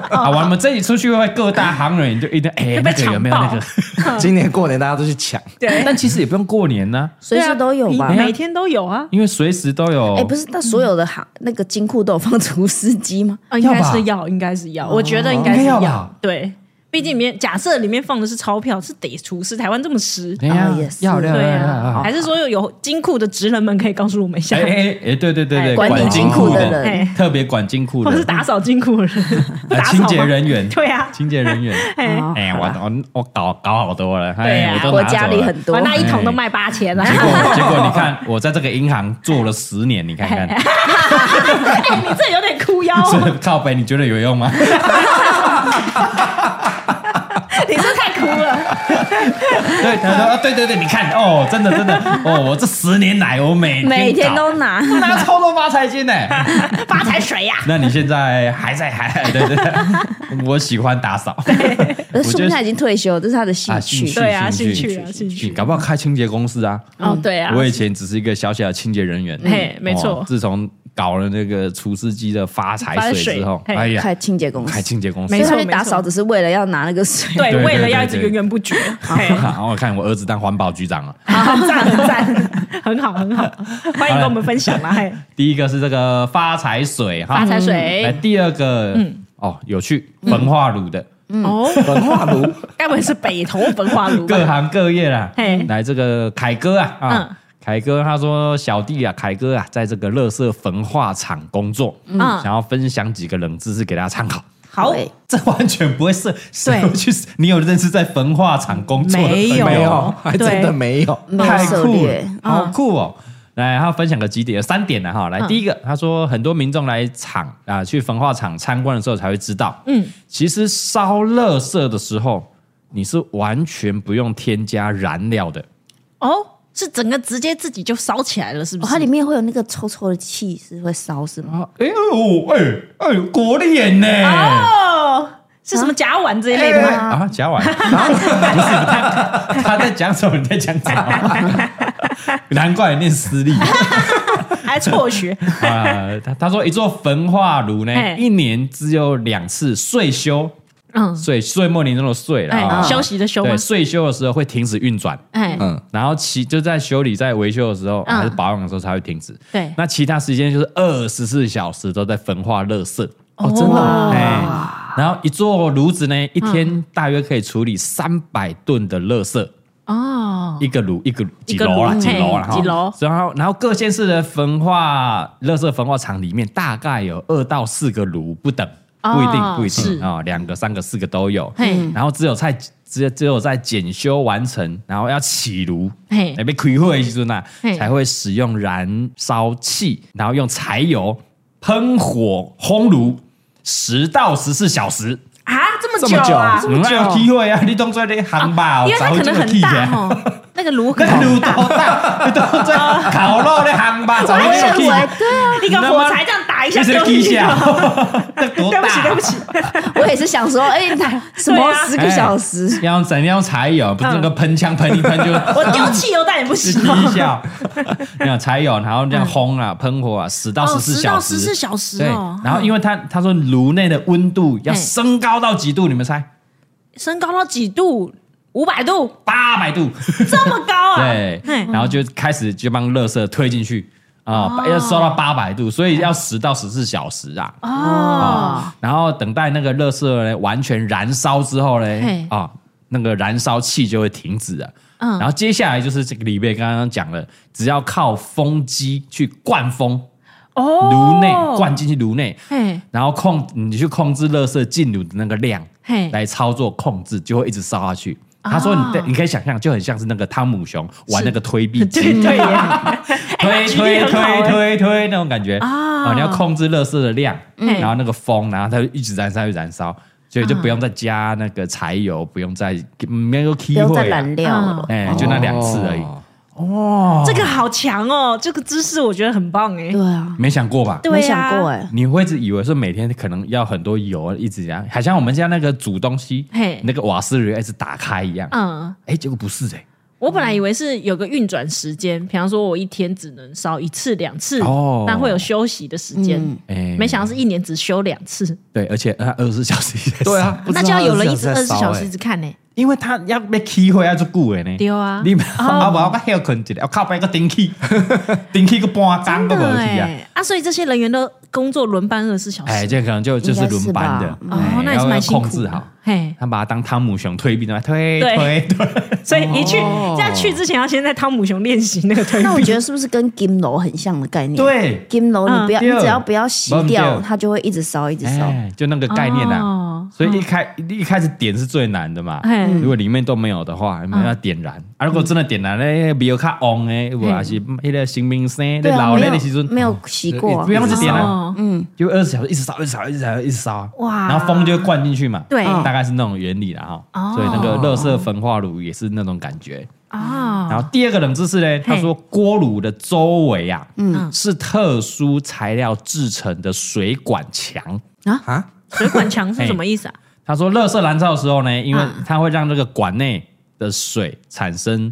S2: 好，我们这里出去会各大行人就一定哎，
S3: 就
S2: 那
S3: 被
S2: 个有
S3: 抢
S2: 没有那
S3: 爆
S2: 个？
S5: 今年过年大家都去抢，
S3: 对，
S2: 但其实也不用过年呢、
S4: 随时都有吧
S3: 对啊？每天都有啊，
S2: 因为随时都有。
S4: 哎、不是，那所有的行那个金库都有放除湿机吗？
S3: 啊，应该是要，应该是要，我觉得应该是
S2: 哦应该要吧
S3: 对，毕竟里面假设里面放的是钞票，是得出示台湾这么实，
S2: 哎呀
S4: 哦也是
S2: 要要要
S3: 对
S2: 要要
S3: 啊，
S2: 要
S3: 还是说有有金库的职人们可以告诉我们一下
S2: 哎，哎哎，对对对对，
S4: 哎管
S2: 管
S4: 理
S2: 金
S4: 金
S2: 库
S4: 库的
S2: 的
S3: 人
S2: 特别管金库
S3: 或
S2: 的
S3: 是打扫金库的人， 不
S2: 呃
S3: 打扫
S2: 清
S3: 吗
S2: 洁人员，
S3: 对啊，
S2: 清洁人员。
S3: 哎
S4: 哦
S2: 哎，我我我搞搞好多了，
S3: 对
S2: 哎，
S3: 啊
S2: 我都
S4: 我
S2: 拿
S4: 家
S2: 走
S4: 里
S2: 了
S4: 很多
S3: 哇，那一桶都卖八千啊了，
S2: 哎结果结果你看，我在这个银行做了十年，你看看，
S3: 哎，你这有点哭腰哦，
S2: 所以靠北，你觉得有用吗？
S3: 你这太哭了，
S2: 对，他说啊，对对对，你看哦，真的真的哦，我这十年来，我每天
S4: 每天
S2: 搞
S4: 都拿，
S2: 拿超多发财金呢。
S3: 发财 水呀，
S2: 那你现在还在还对对对，我喜欢打 扫
S4: 可是
S2: 我
S4: 呃说
S2: 觉得
S4: 明他已经退休，这是他的兴
S2: 啊，
S4: 趣。
S2: 兴趣
S3: 对啊
S2: 兴
S3: 兴趣啊兴趣
S2: 你搞不好开清洁公司啊。
S3: 哦，对啊
S2: 我以前只是一个小小的清洁人员，
S3: 嘿
S2: 哦
S3: 没错
S2: 自从搞了那个除湿机的发
S3: 发
S2: 财
S3: 财
S2: 水
S3: 水
S2: 之后，
S3: 嘿
S2: 哎呀，
S4: 开清洁公司
S2: 开，清洁公司
S4: 所
S3: 没
S4: 以
S3: 错
S4: 他去打扫只是为了要拿那个水。
S3: 对
S2: 对对，
S3: 为了
S2: 对
S3: 要一直
S2: 对
S3: 源源不绝，嘿
S2: 然后我看我儿子当环保局长了。啊
S3: 很赞很赞，很好很好，欢迎跟我们分享啦，嘿，
S2: 第一个是这个发财水哈，
S3: 发财
S2: 来
S3: 水嗯
S2: 第二个，哦，有趣，焚化炉的
S4: 嗯
S3: 哦，
S5: 文化炉
S3: 该不会是北投焚化炉吧
S2: 各？行各业啦
S3: 嘿，
S2: 来这个凯哥啊啊
S3: 嗯，
S2: 凯哥他说小弟啊，凯哥啊，在这个乐色焚化厂工作，
S3: 嗯
S2: 想要分享几个冷知识给大家参考。
S3: 好，
S4: 对
S2: 这完全不会是，谁会去？你有认识在焚化厂工作的朋
S3: 没
S2: 友
S3: 有
S5: 没有，
S3: 哦
S5: 还真的没有。
S4: 没有
S2: 太
S4: 涉
S2: 酷
S4: 猎
S2: 了，，好酷哦！来，他分享个几点，三点了啊哈。来，第一个，他说很多民众来厂啊，去焚化厂参观的时候才会知道，嗯，其实烧垃圾的时候，你是完全不用添加燃料的，
S3: 哦，是整个直接自己就烧起来了，是不
S4: 哦，
S3: 是
S4: 它？里面会有那个臭臭的气，是会烧是吗？
S2: 哎呦，哎哎呦，国脸呢？
S3: 哦，是什么甲烷这一类的吗？
S2: 啊，甲烷，不是他他在讲什么？你在讲什么？ 难怪你念私 立。
S3: 还辍学，
S2: 啊，他他说一座焚化炉呢，
S3: 嘿
S2: 一年只有两次岁修，
S3: 嗯，
S2: 岁岁末年终的岁了
S3: 哎，
S2: 啊，
S3: 休息的休吗
S2: 对，？岁修的时候会停止运转，
S3: 哎，
S5: 嗯，
S2: 然后其就在修理、在维修的时候、
S3: 嗯
S2: 还是保养的时候才会停止。
S3: 对，
S2: 那其他时间就是二十四小时都在焚化垃圾，
S5: 哦，真的啊，
S2: 哎，然后一座炉子呢，一天大约可以处理三百吨的垃圾。
S3: 哦，
S2: 一个炉一个炉
S3: 一
S2: 几
S3: 个
S2: 楼啦，
S3: 炉
S2: 几楼啦，
S3: 嘿几楼
S2: 哈然后然后各县市的焚化垃圾焚化厂里面大概有二到四个炉不等，
S3: 哦
S2: 不一定不一
S3: 是
S2: 定啊，两个三个四个都有。
S3: 嘿
S2: 然后只有在只只有在检修完成，然后要起炉，
S3: 嘿
S2: 哎被开会的时候呢
S3: 嘿，
S2: 才会使用燃烧器，然后用柴油喷火烘炉十到十四小时。
S3: 啊，这么久啊，哦
S2: 嗯那有机会啊！你当做你行吧，
S3: 因为它
S2: 早
S3: 可
S2: 就
S3: 能
S2: 有
S3: 很
S2: 去啊
S3: 大哦， 那个炉可
S2: 那
S3: 能
S2: 个
S3: 很
S2: 炉
S3: 大，
S2: 头大，你都在烤肉的行吧，早
S4: 我
S2: 就
S4: 还
S2: 有
S4: 以
S2: 去
S4: 为
S2: 啊。
S4: 对啊，
S3: 一个哦火柴这样打一下
S2: 你是
S3: 丢进
S2: 踢
S3: 去
S2: 下
S3: 了，，
S2: 那多
S3: 对不起
S2: 大？
S3: 对不起，
S4: 我也是想说，哎，那什么
S3: 对啊
S4: 十个小时？
S2: 要怎样才有？不是那个喷枪喷一喷就
S3: 我丢汽油弹也不
S2: 是
S3: 行
S2: 第
S3: 哦，
S2: 一笑，那样才有，然后这样烘啊、喷火啊，十到
S3: 哦
S2: 十四小时，
S3: 10到14小时
S2: 对
S3: 哦，
S2: 然后因为他他说炉内的温度要
S3: 嘿
S2: 升高到几度？你们猜？
S3: 升高到几度？五百度，
S2: 八百度。
S3: 这么高啊？
S2: 对
S3: 嘿，
S2: 然后就开始就帮垃圾推进去啊，要烧到八百度，所以要十到十四小时啊。
S3: 哦，
S2: 然后等待那个垃圾呢完全燃烧之后呢
S3: 嘿，
S2: 啊，那个燃烧器就会停止了。
S3: 嗯
S2: 然后接下来就是这个里面刚刚讲了，只要靠风机去灌风，
S3: 哦，
S2: 炉内灌，进去炉内，
S3: 嘿，
S2: 然后控你去控制垃圾进炉的那个量
S3: 嘿，啊
S2: 来操作控制，就会一直烧下去。他说你对，你可以想象，就很像是那个汤姆熊玩那个推币机，
S3: 对对耶，
S2: 推
S3: 举例
S2: 推
S3: 很好欸
S2: 推推推那种感觉哦
S3: 啊
S2: 你要控制热色的量，
S3: 嗯
S2: 然后那个风，然后它就一直燃烧，一直燃烧，所以就不用再加那个柴油，不用再没有
S4: 不
S2: key
S4: 用再
S2: 会啊，
S4: 燃料了，
S2: 哎，就那两次而已，
S5: 哦
S3: 这个好强哦，这个姿势我觉得很棒哎
S4: 对，啊，
S2: 没想过吧？
S3: 对啊
S4: 没想过哎，
S2: 你会一直以为说每天可能要很多油，一直这样，好像我们家那个煮东西
S3: 嘿，
S2: 那个瓦斯炉要一直打开一样。
S3: 嗯。
S2: 哎，结果不是哎，
S3: 我本来以为是有个运转时间，比方说我一天只能烧一次两次，
S2: 哦
S3: 但会有休息的时间。
S2: 哎，
S3: 没想到是一年只休两次，
S2: 对，而且它二十四小时也在
S5: 对
S2: 烧
S5: 啊，，不知
S3: 那
S5: 道
S3: 就要有人一
S5: 24
S3: 直二十
S5: 在烧
S3: 小时一
S5: 哎
S3: 直看呢、
S2: 因为他要被起火要做久的呢。
S3: 对啊
S2: 你们啊，无我个歇困一下，我靠，别个顶起， 顶起个半工都无去啊。
S3: 欸，啊，所以这些人员都工作轮班二十四小时，
S2: 哎，这可能就就是轮班的
S4: 应，
S3: 哦，那
S2: 哎
S3: 也是
S2: 要
S3: 蛮辛苦
S2: 控
S3: 的。
S2: 制好。
S3: 嘿，
S2: 他把他当汤姆熊推币的嘛，推
S3: 对
S2: 推推，
S3: 所以一去在去之前要先在汤姆熊练习那个推
S4: 那我
S3: 力。
S4: 觉得是不是跟金楼很像的概念？
S2: 对
S4: 金楼你不要，
S2: 嗯
S4: 你只要不要洗
S2: 对
S4: 掉，它就会一直烧，一直烧。
S2: 哎，就那个概念啊
S3: 哦。
S2: 所以一开
S4: 嗯
S2: 一开始点是最难的嘛
S3: 哎，
S2: 如果里面都没有的
S4: 嗯
S2: 话，你们要点燃。啊，如果真的点燃哎咧，比如较旺诶，有无还是迄个新兵生，咧
S4: 对啊，
S2: 老
S4: 没
S2: 咧
S4: 有
S2: 的时阵
S4: 没有洗过啊
S2: 不，用一直点燃。
S3: 哦，
S4: 嗯，
S2: 就二十小时一直烧，一直烧，一直烧，一直烧，
S3: 哇
S2: 然后风就会灌进去嘛，嗯
S3: 对
S2: 大概是那种原理啦哈。
S3: 哦
S2: 所以那个热色焚化炉也是那种感觉。然
S3: 哦，
S2: 后第二个冷知识呢，他说锅炉的周围啊，嗯，
S4: 嗯
S2: 是特殊材料制成的水管墙。
S5: 啊，
S3: 水管墙是什么意思啊？
S2: 他说，热色燃烧的时候呢，因为
S3: 嗯
S2: 它会让这个管内的水产生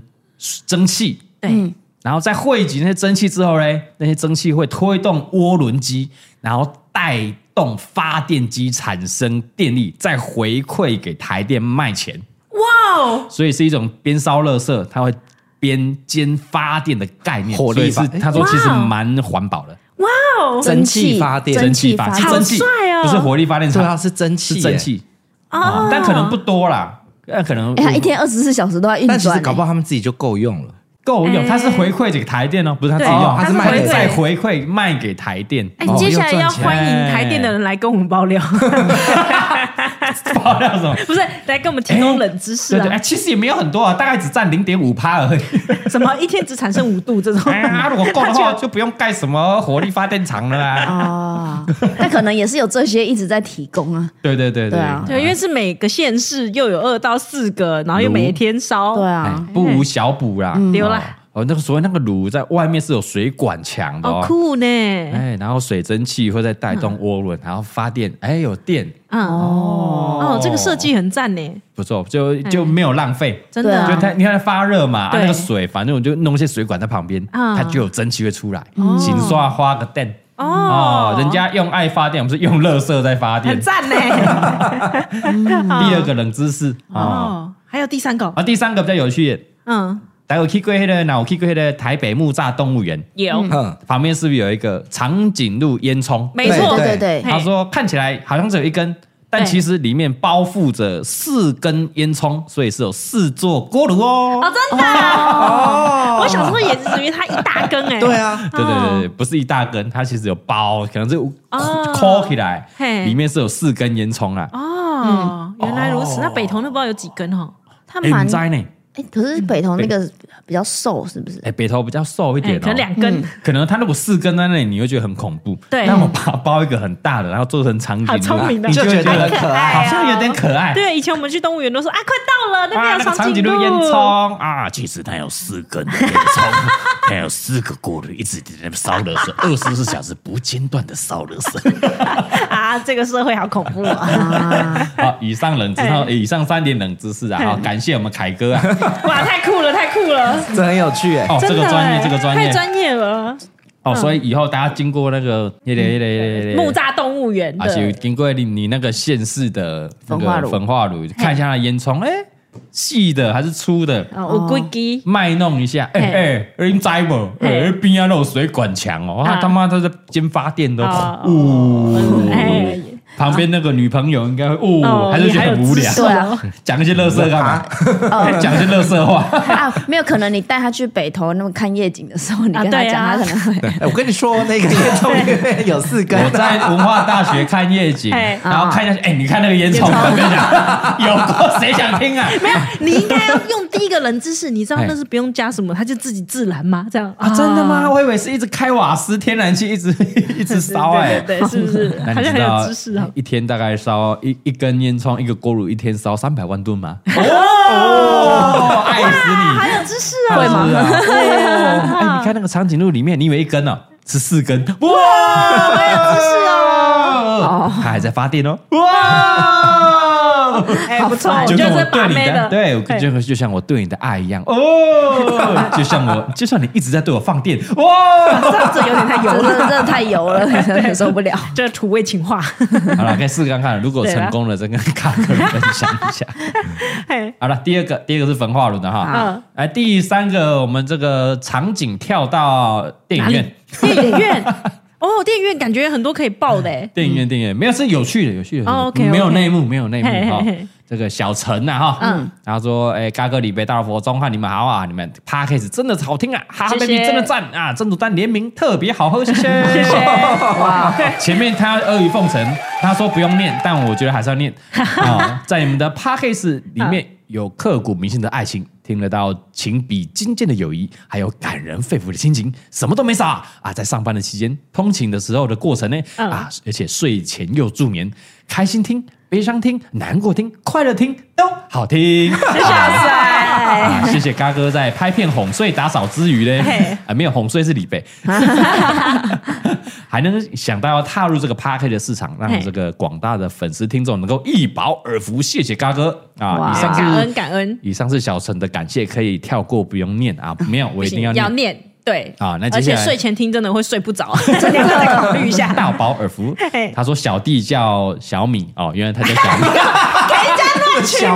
S2: 蒸汽，
S3: 对，
S2: 然后在汇集那些蒸汽之后呢，那些蒸汽会推动涡轮机，然后带动发电机产生电力，再回馈给台电卖钱。
S3: 哇哦，
S2: 所以是一种边烧热色，它会边兼发电的概念。
S5: 火力发
S2: 所以是他说其实蛮环保的，
S3: 哇哦，
S5: 蒸汽发电
S4: 哎蒸汽发
S2: 是
S3: 好
S2: 蒸汽，
S3: 帅哦
S2: 不是火力发电
S5: 对
S2: 厂
S5: 啊，，是蒸汽
S2: 是
S5: 耶，
S2: 蒸汽，
S3: 哦，
S2: 但可能不多啦，那可能
S4: 哎，它一天二十四小时都在运
S5: 但其
S4: 转
S5: 实
S4: 欸。
S5: 搞不好他们自己就够用了。
S2: 够用。
S3: 哎
S2: 它是回馈给台电哦，不是他自己
S5: 对
S2: 用，
S5: 它是卖给
S2: 再回馈卖给台电。
S3: 哎
S5: 哦，
S3: 接下来
S5: 又
S3: 要
S5: 赚钱
S3: 欢迎台电的人来跟我们爆料，
S2: 爆料什么？
S3: 不是来跟我们提供冷知识
S2: 对对，哎，
S3: 啊？
S2: 其实也没有很多啊，大概只占零点五趴而已。
S3: 什么一天只产生五度这种？
S2: 哎呀，如果够的话，就不用盖什么火力发电厂了啊。
S4: 啊， 那可能也是有这些一直在提供啊。
S2: 对对对哎
S4: 对啊
S3: 对，因为是每个县市又有二到四个，然后又
S2: 炉
S3: 每天烧，
S4: 对
S2: 哎
S4: 啊，
S2: 不无小补啦，
S3: 对啦
S2: 哦。哦，那个所谓那个炉在外面是有水管墙的
S3: 好
S2: 哦，
S3: 酷欸呢。
S2: 哎，然后水蒸气会再带动涡轮，然后发电，哎，有电，
S3: 嗯哦，这个设计很赞呢，
S2: 不错，就就没有浪费。
S3: 真的
S4: 对
S2: 就
S4: 啊
S3: 啊。
S2: 它，你看它发热嘛，啊
S3: 对
S2: 那个水，反正我就弄一些水管在旁边，
S3: 嗯
S2: 它就有蒸汽会出来，
S3: 哦
S2: 洗刷花个电，哦
S3: 哦，，
S2: 人家用爱发电，我们是用乐色在发电
S3: 很。赞呢。
S2: 第二个冷知识啊
S3: 哦，还有第三个，
S2: 啊，第三个比较有趣，
S3: 嗯，
S2: 大家有去过那个，哪有去过那个台北木栅动物园
S3: 有，
S5: 哼，
S2: 旁边是不是有一个长颈鹿烟囱？
S3: 没错，
S4: 对对
S5: 对
S4: 对，
S3: 嘿
S2: 他说看起来好像只有一根，但
S3: 对
S2: 其实里面包覆着四根烟囱，所以是有四座锅炉哦。
S3: 哦，真的啊，我小时候也只以为它一大根哎，
S5: 对，啊，
S2: 对对对对，不是一大根，它其实有包，可能是
S3: 哦
S2: 抠起来，
S3: 嘿
S2: 里面是有四根烟囱啊啦。
S3: 哦，原来如此。那北投那不知道有几根哦，
S4: 它
S2: 哎，
S4: 蛮
S2: 你在呢？
S4: 哎，可是北投那个比较瘦，是不是？
S2: 哎，北头比较瘦一
S3: 哎
S2: 点，
S3: 可能
S2: 哦。
S3: 两根，
S2: 可能它如果四根在那里，你会觉得很恐怖。
S3: 对
S2: 那我把它包一个很大的，然后做成长颈鹿，
S3: 好聪明的
S2: 你就会觉
S5: 就觉
S2: 得
S5: 得很可
S3: 爱
S2: 好像有点可爱。
S3: 对，以前我们去动物园都说啊，快到了，那
S2: 啊，
S3: 边
S2: 那
S3: 有
S2: 个长颈
S3: 颈
S2: 鹿烟
S3: 囱。
S2: 囱啊，其实它有四根烟囱，它有四个锅炉，一直在那边烧热水，二十四小时不间断的烧热水。
S3: 啊，这个社会好恐怖啊！
S2: 好，以上冷知识，以上三点冷知识啊，好，感谢我们凯哥啊，
S3: 哇，太酷了，太酷了，
S5: 这很有趣哎。
S2: 哦，这
S3: 真
S2: 个
S3: 的
S2: 专业，
S3: 哎
S2: 这个专
S3: 太
S2: 业，
S3: 专业了。
S2: 哦，所以以后大家经过那个那个那个那个
S3: 嗯木。栅动物园
S2: 而且
S3: 的，
S2: 经过你你那个县市的那
S4: 焚化
S2: 个
S4: 炉
S2: 焚化炉，看一下它的烟囱，哎，细的还是粗的？
S3: 啊，我估计
S2: 卖弄一下，哎
S3: 嘿
S2: 哎，欸你知不？
S3: 嘿
S2: 哎，边上那种水管墙哦，他
S3: 啊
S2: 他妈都在兼发电都，
S3: 哦
S2: 呜
S3: 哎，
S2: 旁边那个女朋友应该会，哦，
S3: 哦
S2: 还是觉得很无聊
S3: 你还有知，识哦
S4: 对啊，
S2: 讲一些乐色干 嘛？讲一些乐色话，
S4: 啊，没有可能，你带他去北投那么看夜景的时候，你跟他
S3: 对
S4: 讲，
S3: 啊
S4: 他可能会
S5: 哎我跟你说，那个烟囱里面有四根啊
S2: 我，在文化大学看夜景，
S3: 嘿
S2: 然后看下去，哎，你看那个烟囱，我跟你讲， 有过谁想听啊？
S3: 没有， 你应该要用第一个冷知识，你知道
S2: 哎
S3: 那是不用加什么，它就自己自燃吗？这样
S2: 啊，真的吗？？我以为是一直开瓦斯，天然气一 直一直烧，哎，
S3: 对对对，是不是？
S2: 那
S3: 好
S2: 你
S3: 像
S2: 知
S3: 很
S2: 道
S3: 有知识啊。
S2: 一天大概烧一一根烟囱，一个锅炉，一天烧三百万吨 吗？哦，爱死
S3: 很有知识
S2: 你！
S3: 啊！
S2: 会吗？ 哦哎，你看那个长颈鹿里面，你以为一根哦，是四根，哇，
S3: 有知识啊
S2: 哦，它还在发电哦，哇，
S3: 哎， 不错，
S2: 就
S3: 就
S2: 跟我
S3: 是把
S2: 对你
S3: 妹
S2: 的，
S3: 的，
S2: 对，我就就像我对你的爱一样，哦， 就像我，就像你一直在对我放电，哇，
S3: 这样子有点太油
S4: 真的
S3: 了，
S4: 真的太油了，忍受不了。
S3: 这土味情话。
S2: 好了，可以试看看，如果
S3: 对啊
S2: 成功了，再跟卡哥分享一下。
S3: 嘿，嗯
S2: 好了，第二个，第二个是焚化炉的哈
S3: 好。
S2: 来，第三个，我们这个场景跳到电影院，
S3: 电影院哦，电影院感觉很多可以报 的哎。
S2: 电影院，电影院，没有是有趣的，有趣的，
S3: 哦，OK，OK
S2: 没有内幕，没有内
S3: 嘿
S2: 幕
S3: 嘿
S2: 哈
S3: 嘿。
S2: 这个小陈呐哈，嗯
S3: 嗯，
S2: 然后说，哎，嘎哥、李贝、大老佛、钟汉，你们好啊，你们 p a c k a g e 真的好听啊，哈哈
S3: 谢谢
S2: baby 真的赞啊，珍珠丹联名特别好喝，谢谢，
S3: 谢谢。哇，
S2: 前面他阿谀奉承，他说不用念，但我觉得还是要 念啊、在你们的 p a c k a g e 里面有刻骨铭心的爱情，听得到情比金坚的友谊，还有感人肺腑的亲情，什么都没少啊！啊在上班的期间、通勤的时候的过程呢，
S3: 嗯
S2: 啊，而且睡前又助眠，开心听、悲伤听、难过听、快乐听都好 听。
S3: 哇塞！
S2: 啊，谢谢嘎哥在拍片哄睡打扫之余呢
S3: 嘿，
S2: 啊，没有哄睡是李贝，还能想到要踏入这个 p a r k 的市场，让
S3: 嘿
S2: 这个广大的粉丝听众能够一饱耳福，谢谢嘎哥啊！
S4: 哇
S2: 以上
S3: 感恩
S2: 是
S3: 感恩，
S2: 以上是小陈的感谢，可以跳过不用念 啊，没有，我一定要
S3: 要
S2: 念。
S3: 念对
S2: 啊那接
S3: 而
S2: 下
S3: 且
S2: 来
S3: 睡前听真的会睡不着，真的 再考虑一下。
S2: 大饱耳福
S3: 嘿，
S2: 他说小弟叫小米哦，原来他叫小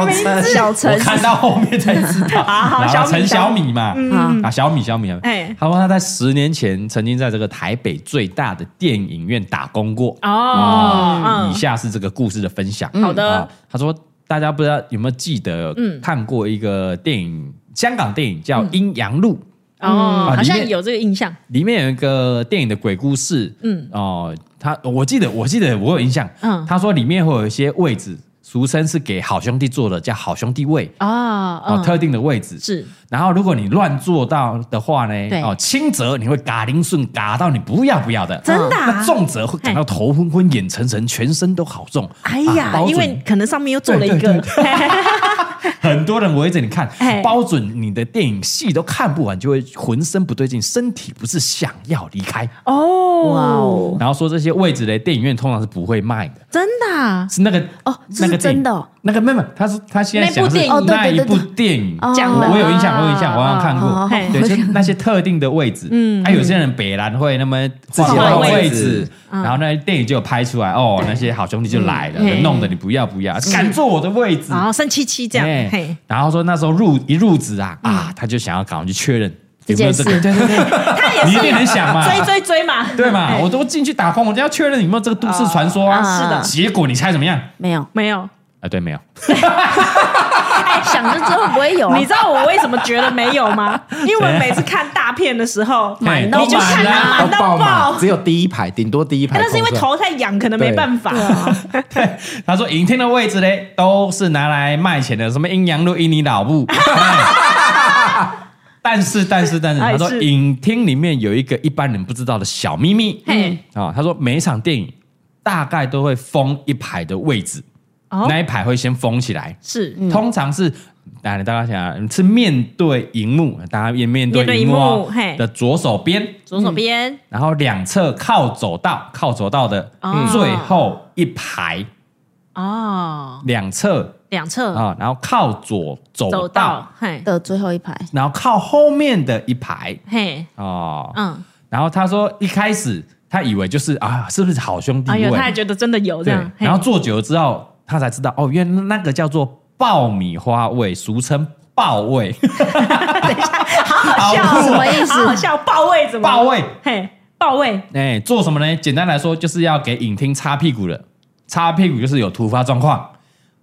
S2: 米，
S5: 小陈，
S4: 小
S2: 我
S4: 陈
S2: 看到后面才知道，
S3: 好
S2: 然后
S3: 小米嗯
S2: 陈小
S3: 小
S2: 米嘛，啊，小米小米啊
S3: 哎，
S2: 他说他在十年前曾经在这个台北最大的电影院打工过。
S3: 哦，
S2: 啊以
S3: 嗯，
S2: 下是这个故事的分享。
S3: 好的
S2: 啊他说大家不知道有没有记得，看过一个电影，香港电影叫《阴阳路》。
S3: 哦，
S2: 啊
S3: 好
S2: 里面
S3: 像有这个印象。
S2: 里面有一个电影的鬼故事，嗯
S3: 嗯，
S2: 哦、他我记得，我记得我有印象，嗯
S3: 嗯，
S2: 他说里面会有一些位置，俗称是给好兄弟坐的，叫好兄弟位，
S3: 啊，
S2: 哦、
S3: 嗯
S2: 特定的位置，
S3: 是
S2: 然后如果你乱做到的话呢，
S3: 对
S2: 哦，轻则你会嘎铃顺嘎到你不要不要的，
S3: 真的啊
S2: 那重则会感到头昏昏、眼沉沉、全身都好重。
S3: 哎
S2: 啊
S3: 呀
S2: 包，准
S3: 因为可能上面又做了一个，
S2: 很多人围着你看
S3: 哎，
S2: 包准你的电影戏都看不完，就会浑身不对劲，身体不是想要离开。
S4: 哇哦，
S2: 然后说这些位置嘞，电影院通常是不会卖的，
S3: 真的啊
S2: 是那个
S4: 哦这是
S2: 那个电影
S4: 真的哦
S2: 那个妹妹，她是她现在讲的是
S4: 那部
S2: 那
S4: 电影
S2: 一
S4: 哦对对对
S2: 部电影
S4: 哦
S3: 讲的
S2: 我有印象，我有印象，我好像看
S4: 哦哦
S2: 过
S4: 哦。
S3: 嘿
S2: 对，就那些特定的位置，嗯，啊，有些人北兰会那么自
S5: 己
S3: 换
S2: 位
S5: 位
S2: 置
S5: 置，
S4: 嗯
S2: 然后那电影就有拍出来，哦，那些好兄弟就来了，
S3: 嗯
S2: 弄得你不要不要，敢坐我的位置，
S3: 然后三七七这样，
S2: 哎
S3: 嘿，
S2: 然后说那时候入一入职啊啊，他就想要赶快去确认
S4: 嗯这
S2: 有没有这个，
S4: 件
S2: 对对 对，
S3: 他也是
S2: 你一定很想嘛，
S3: 追追追嘛，
S2: 啊对嘛，
S3: 哎
S2: 我都进去打工，我就要确认有没有这个都市传说啊，
S4: 啊是的
S2: 结果你猜怎么样？
S4: 没有，
S3: 没有。
S2: 啊，对，没有，
S4: 哎，想就知道不会有啊，
S3: 你知道我为什么觉得没有吗？ 因为我们每次看大片的时候，
S2: 嘿
S4: 满
S2: 都
S4: 到
S3: 你就看
S2: 满
S3: 他
S2: 啊
S5: 都
S3: 满到
S5: 爆
S3: 爆
S5: 满，，只有第一排，顶多第一排
S3: 哎那
S5: 空出
S3: 是因
S5: 来。
S3: 为啊头太痒，可能没办法。
S2: 他说影厅的位置嘞，都是拿来卖钱的，什么阴阳路、印尼老 布。但是，但是，但是，
S3: 哎
S2: 他说
S3: 是
S2: 影厅里面有一个一般人不知道的小秘密
S3: 嘿，
S2: 啊、他说每一场电影大概都会封一排的位置，
S3: 哦
S2: 那一排会先封起来，
S3: 是嗯
S2: 通常是。啊，你大家想啊，是面对荧幕，大家也面
S3: 面对
S2: 对荧
S3: 荧
S2: 幕,、哦、
S3: 幕嘿
S2: 的左手边，
S3: 左手边
S2: 然后两侧靠走道，靠走道的、
S3: 哦
S2: 最后一排，
S3: 哦，
S2: 两侧
S3: 两侧
S2: 啊，然后靠左走
S3: 嗯走
S2: 道，
S3: 道，嘿
S4: 的最后一排，
S2: 然后靠后面的一排
S3: 嘿，
S2: 哦。
S3: 嗯，
S2: 然后他说一开始他以为就是啊，是不是好兄弟
S3: 哎
S2: 位？
S3: 呦，他还觉得真的有这
S2: 对
S3: 样，，嘿
S2: 然后坐久了之后，他才知道哦，原来那个叫做爆米花味，俗称爆味，
S3: 好好笑
S2: 好
S3: 哦，
S2: 酷
S4: 什么意思
S3: 好好笑，爆位怎么？
S2: 爆味。
S3: 嘿，爆位
S2: 哎，做什么呢？简单来说，就是要给影厅擦屁股的。擦屁股就是有突发状况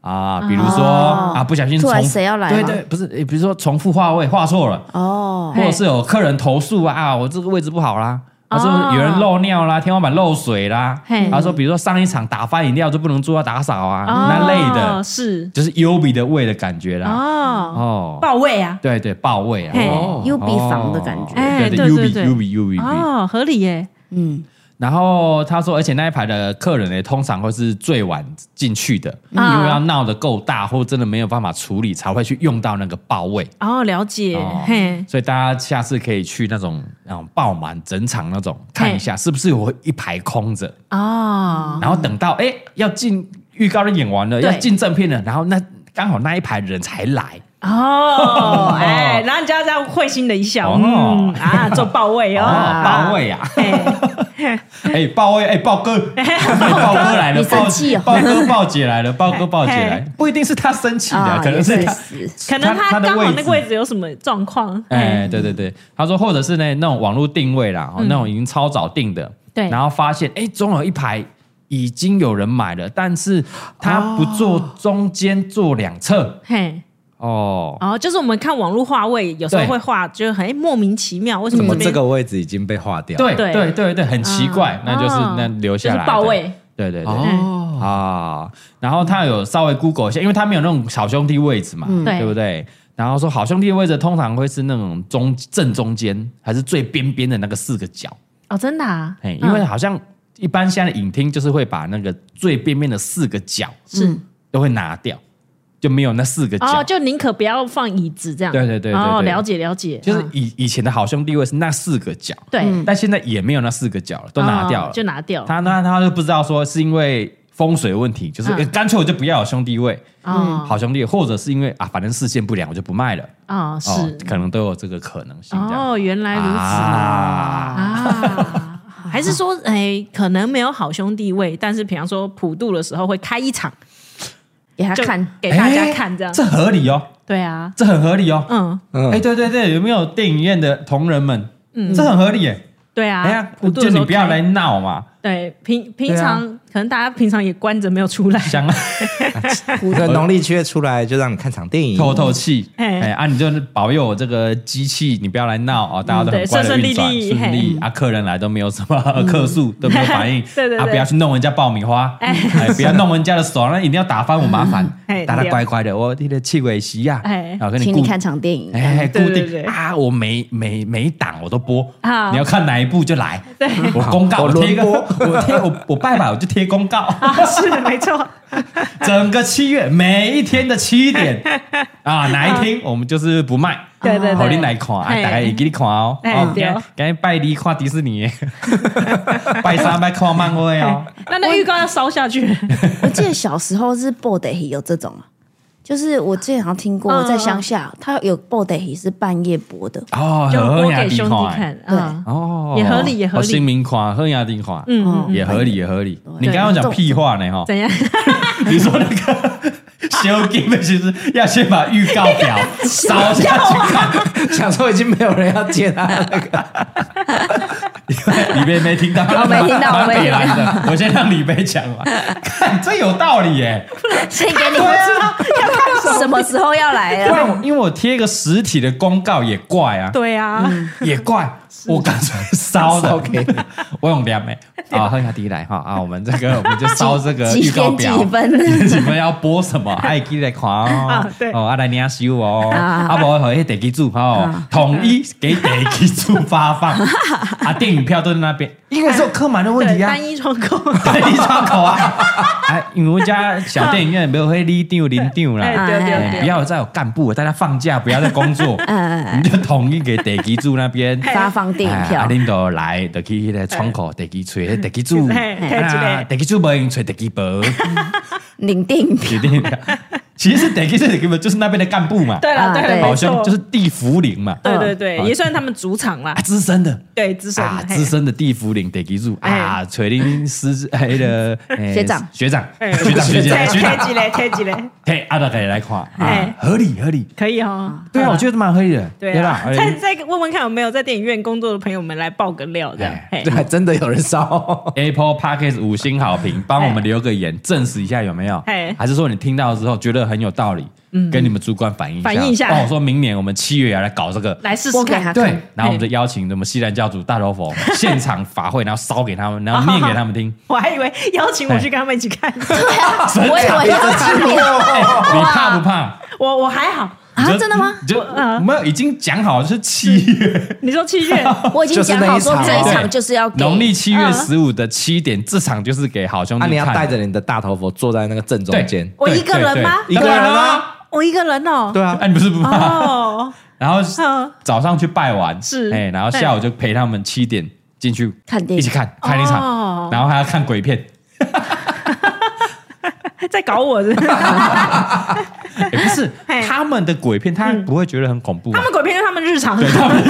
S2: 啊，比如说、
S4: 哦
S2: 啊，不小心
S4: 突
S2: 重
S4: 然谁要来
S2: 对
S4: 吗
S2: 对，不是，哎比如说重复话位画错了。
S4: 哦，
S2: 或者是有客人投诉啊，啊我这个位置不好啦，
S3: 哦
S2: 他说有人漏尿啦，天花板漏水啦，
S3: 嘿
S2: 他说比如说上一场打翻饮料就不能做到打扫啊，那类
S3: 哦
S2: 的，啊
S3: 是
S2: 就是优比的胃的感觉啦。
S3: 哦，
S2: 哦，
S3: 爆位啊，
S2: 对对，爆胃啊哦
S3: 嘿
S5: 哦
S4: 幽闭房的感觉
S3: 哎
S2: 对对
S3: 对
S2: 优
S3: 对
S2: 比
S3: 对
S2: 优比优比。
S3: 哦，合理耶，
S4: 嗯，
S2: 然后他说，而且那一排的客人呢，通常会是最晚进去的，因
S3: 啊
S2: 为要闹得够大，或真的没有办法处理，才会去用到那个爆胃。
S3: 哦，了解
S2: 哦，
S3: 嘿，
S2: 所以大家下次可以去那种那种爆满整场那种看一下，是不是有一排空着，
S3: 哦，
S2: 然后等到哎、要进预告都演完了，
S3: 对
S2: 要进正片了，然后那刚好那一排人才来，
S3: 哦，哎，然后你就要这样会心的一笑，
S2: 哦
S3: 嗯啊，做爆位哦，
S2: 哦，
S3: 啊
S2: 爆，位啊，
S3: 哎，
S2: 哎爆位，哎爆哥，爆哥来了，
S4: 你
S2: 爆
S4: 生气哦
S2: 爆哥爆姐来了，爆哥爆姐来
S3: 嘿，
S2: 不一定是他生气的
S4: 啊，
S2: 可能是
S4: 也
S2: 他
S4: 是
S3: 可能
S2: 他他
S3: 他
S2: 的
S3: 刚好
S2: 位
S3: 那
S2: 置
S3: 个位置有什么状况，
S2: 哎，
S3: 嘿，
S2: 对对对，他说或者是呢那种网络定位啦，哦那种已经超早定的，
S3: 嗯对
S2: 然后发现哎总有一排已经有人买了，但是
S3: 哦
S2: 他不做中间，做两侧
S3: 嘿。
S2: 哦。
S3: 哦，就是我们看网络画位，有时候
S2: 对
S3: 会画，就是很哎莫名其妙，为什
S5: 怎
S3: 么
S5: 么
S3: 边
S5: 这个位置已经被划掉？
S2: 对
S3: 对
S2: 对对对，很奇怪，那就是
S3: 哦
S2: 那留下
S3: 就
S2: 来
S3: 是
S2: 的
S3: 爆位，哎
S2: 对对对
S5: 哦，
S2: 啊，然后他有稍微 Google 一下，因为他没有那种好兄弟位置嘛，
S3: 嗯对
S2: 对不对？然后说好兄弟的位置通常会是那种中正中间，还是最边边的那个四个角。
S3: 哦，真的啊
S2: 哎，因为
S3: 嗯
S2: 好像一般现在的影厅就是会把那个最边边的四个角
S3: 是
S2: 都会拿掉，就没有那四个角。
S3: 哦，就宁可不要放椅子这样。
S2: 对对对对
S3: 哦，
S2: 对
S3: 了解了解，
S2: 就是
S3: 嗯
S2: 以以前的好兄弟位是那四个角，
S3: 对，
S2: 但现在也没有那四个角了，都拿掉
S3: 哦
S2: 了。
S3: 就拿掉。
S2: 他那他就不知道说是因为风水问题，就是
S3: 嗯
S2: 呃干脆我就不要有兄弟位，
S3: 哦
S2: 好兄弟，或者是因为啊反正视线不良我就不卖了，
S3: 哦
S2: 哦
S3: 是，
S2: 可能都有这个可能性这样。
S3: 哦，原来如此
S2: 啊，
S3: 啊。还是说，哎，可能没有好兄弟位，但是比方说普渡的时候会开一场，
S4: 给他
S3: 就
S4: 看，
S3: 给大家
S2: 哎
S3: 看这样。
S2: 这合理哦，
S3: 对啊，
S2: 这很合理哦。
S3: 嗯，
S5: 嗯
S2: 哎、，对对对，有没有电影院的同仁们？嗯，这很合理耶。
S3: 对啊。
S2: 哎呀，
S3: 普
S2: 就
S3: 渡的时
S2: 你
S3: 候
S2: 不要
S3: 开
S2: 来闹嘛，
S3: 对，平平
S2: 对啊
S3: 常、可能大家平常也关着没有出来，
S2: 想
S5: 那哎农历七月出来就让你看场电影，
S2: 透透气。
S3: 哎
S2: 哎啊，你就保佑我这个机器，你不要来闹哦，大家都很
S3: 嗯对
S2: 乖的
S3: 顺顺
S2: 运转，
S3: 利利嗯
S2: 顺利啊，客人来都没有什么 客诉，
S3: ，
S2: 都没有反应
S3: 对对
S2: 啊，
S3: 对
S2: 不要去弄人家爆米花，哎，不要弄人家的手，那一定要打翻我麻 烦
S3: 哎，
S2: 大家
S3: 对
S2: 乖乖的，我你的气味啊席呀，
S3: 哎嗯
S2: 然后跟你
S4: 请
S2: 固
S4: 你看场电影，
S2: 哎，固
S3: 对对
S2: 定
S3: 对
S2: 啊，我每每每一档我都播
S3: 啊，
S2: 你要看哪一部就来，我公告
S5: 我
S2: 我贴一个，
S5: 轮
S2: 我贴我我拜拜我就贴贴公 告，
S3: 啊， 是没错，
S2: 整个七月每一天的七点啊，哪一天我们就是不卖。
S3: 对对对
S2: 好，你来看，啊，
S3: 嘿
S2: 大家也给你看哦。
S3: 嘿
S2: 哦，
S3: 对
S2: 赶
S3: 哦
S2: 赶紧拜二看迪士 尼，拜三拜看漫威哦。
S3: 那那预告要烧下去，
S4: 我记得小时候是 b o d y 有这种啊，就是我之前好像听过，
S3: 嗯
S4: 在乡下它有 b o d y 是半夜播的，
S2: 哦，
S3: 就
S2: 好
S3: 播
S2: 兄
S3: 给
S2: 弟
S3: 兄弟看啊。
S2: 哦，
S3: 也合理也合
S2: 哦
S3: 理
S2: 新民看，喝雅丁看，
S3: 嗯，
S4: 嗯
S2: 也合理也合理。你刚刚讲屁话呢哈？
S3: 怎样？
S2: 你说那个 修金的，其实要先把预告 表烧下去看，
S5: 想说已经没有人要接他了，
S2: 李贝哦没听到，
S4: 我没听到我没听到
S2: 蛮北蓝的我先让李贝讲 完，看这有道理耶。啊
S4: 先给 你们知道什么时候要来
S2: 不
S4: 了。
S2: 然我因为我贴一个实体的公告也怪啊，
S3: 对啊，
S2: 也怪。我干脆烧 的
S5: 烧给你，
S2: 我用两枚啊，喝雅迪来哈啊，我们这个我们就烧这 个呃预
S4: 几
S2: 告
S4: 点
S2: 表，
S4: 几分？
S2: 你们要播什 么？爱记得看哦
S3: 啊，对
S2: 哦，阿来你要修哦，
S4: 啊
S2: 阿伯和地基主哦，统一给地基主发 放，啊，电影票都在那边，应该是有客满的问
S3: 对，
S2: 题啊，
S3: 单一窗口，
S2: 单一窗口啊， 哎，因为我们家小电影院没有会立定零定啦，
S3: 哎，对对
S2: 哎
S3: 对，
S2: 不要再有干部了，大家放假不要再工 作，
S4: 嗯，
S2: 你就统一给地基主那边。
S4: 发放电影
S2: 哎啊
S4: 票，
S2: 恁都来，就去迄个窗口，地基吹，地基主，
S3: 嗯嘿嘿
S2: 啊，地基主无用吹地基 婆。
S4: 领电影票
S2: 决定的。其实是 d e 是 d e 就是那边的干部嘛，
S3: 对了
S4: 啊
S3: 对
S4: 对
S3: 了，
S2: 好
S3: 没
S2: 像
S3: 错，
S2: 就是地福林嘛，
S3: 对对对，
S2: 嗯
S3: 也算他们主场啦
S2: 啊，，资深的。
S3: 对，资深
S2: 啊，
S3: 的
S2: 资，深的地福林得记住
S3: 哎
S2: 啊，垂林师哎 的哎
S4: 学长
S2: 学长
S3: 嘿
S2: 学长学
S3: 嘿
S2: 姐学
S3: 贴
S2: 长，
S3: 几嘞，贴几嘞，
S2: 嘿，阿大可以来看啊
S3: 哎，
S2: 合理合理，
S3: 可以哦。
S2: 对啊，我觉得蛮合理的，
S3: 对
S2: 啦哎
S3: 啊，，
S2: 而
S3: 再
S2: 且
S3: 再问问看有没有在电影院工作的朋友们来爆个料这样
S2: 哎，
S3: 嘿
S5: 对，还真的有人烧。
S2: Apple Podcast 五星好评，
S3: 哎
S2: 帮我们留个言，证实一下有没有
S3: 嘿？
S2: 还是说你听到之后觉得很有道理，跟你们主管反映
S3: 嗯反映一下
S2: 帮我说明年我们七月要来搞这个，
S3: 来试试
S4: 播给他
S3: 看，
S2: 对
S4: 看。，
S2: 然后我们就邀请我们西兰教主大头 佛现场法会，然后烧给他们，然后念给他们听。
S3: 我还以为邀请
S2: 哎
S3: 我去跟他们一起 看，
S4: 我以为要去年
S2: 哎你怕不怕？
S3: 我我还好。
S2: 你就
S4: 啊，真的吗？
S2: 你就没有，已经讲好了是七月，
S3: 你说七 月，
S4: 我已经讲好说
S5: 就是
S4: 这
S5: 那一
S4: 一
S5: 场
S4: 场就是要给
S2: 啊农 历七月
S3: 嗯
S2: 十五的七点，这场就是给好兄
S5: 那啊你
S2: 弟
S5: 要带
S2: 看。
S5: 着你的大头佛坐在那个正中
S2: 对
S5: 间，
S3: 我
S2: 对
S3: 一个人
S2: 对
S3: 吗
S2: 对一个人吗？
S3: 我一个人哦。
S5: 对啊
S2: 啊，，你不是不怕？
S3: 哦，
S2: 然后
S3: 嗯
S2: 早上去拜完，
S3: 是
S2: 哎，然后下午就陪他们七点进去
S4: 看电影
S2: 一起看看一场
S3: 哦，
S2: 然后还要看鬼 片，
S3: 在搞我是不 是
S2: 哎不是
S3: 嘿嗯
S2: 他们的鬼片，他不会觉得很恐怖啊吗
S3: 他？们鬼片是他们日常，
S2: 对他们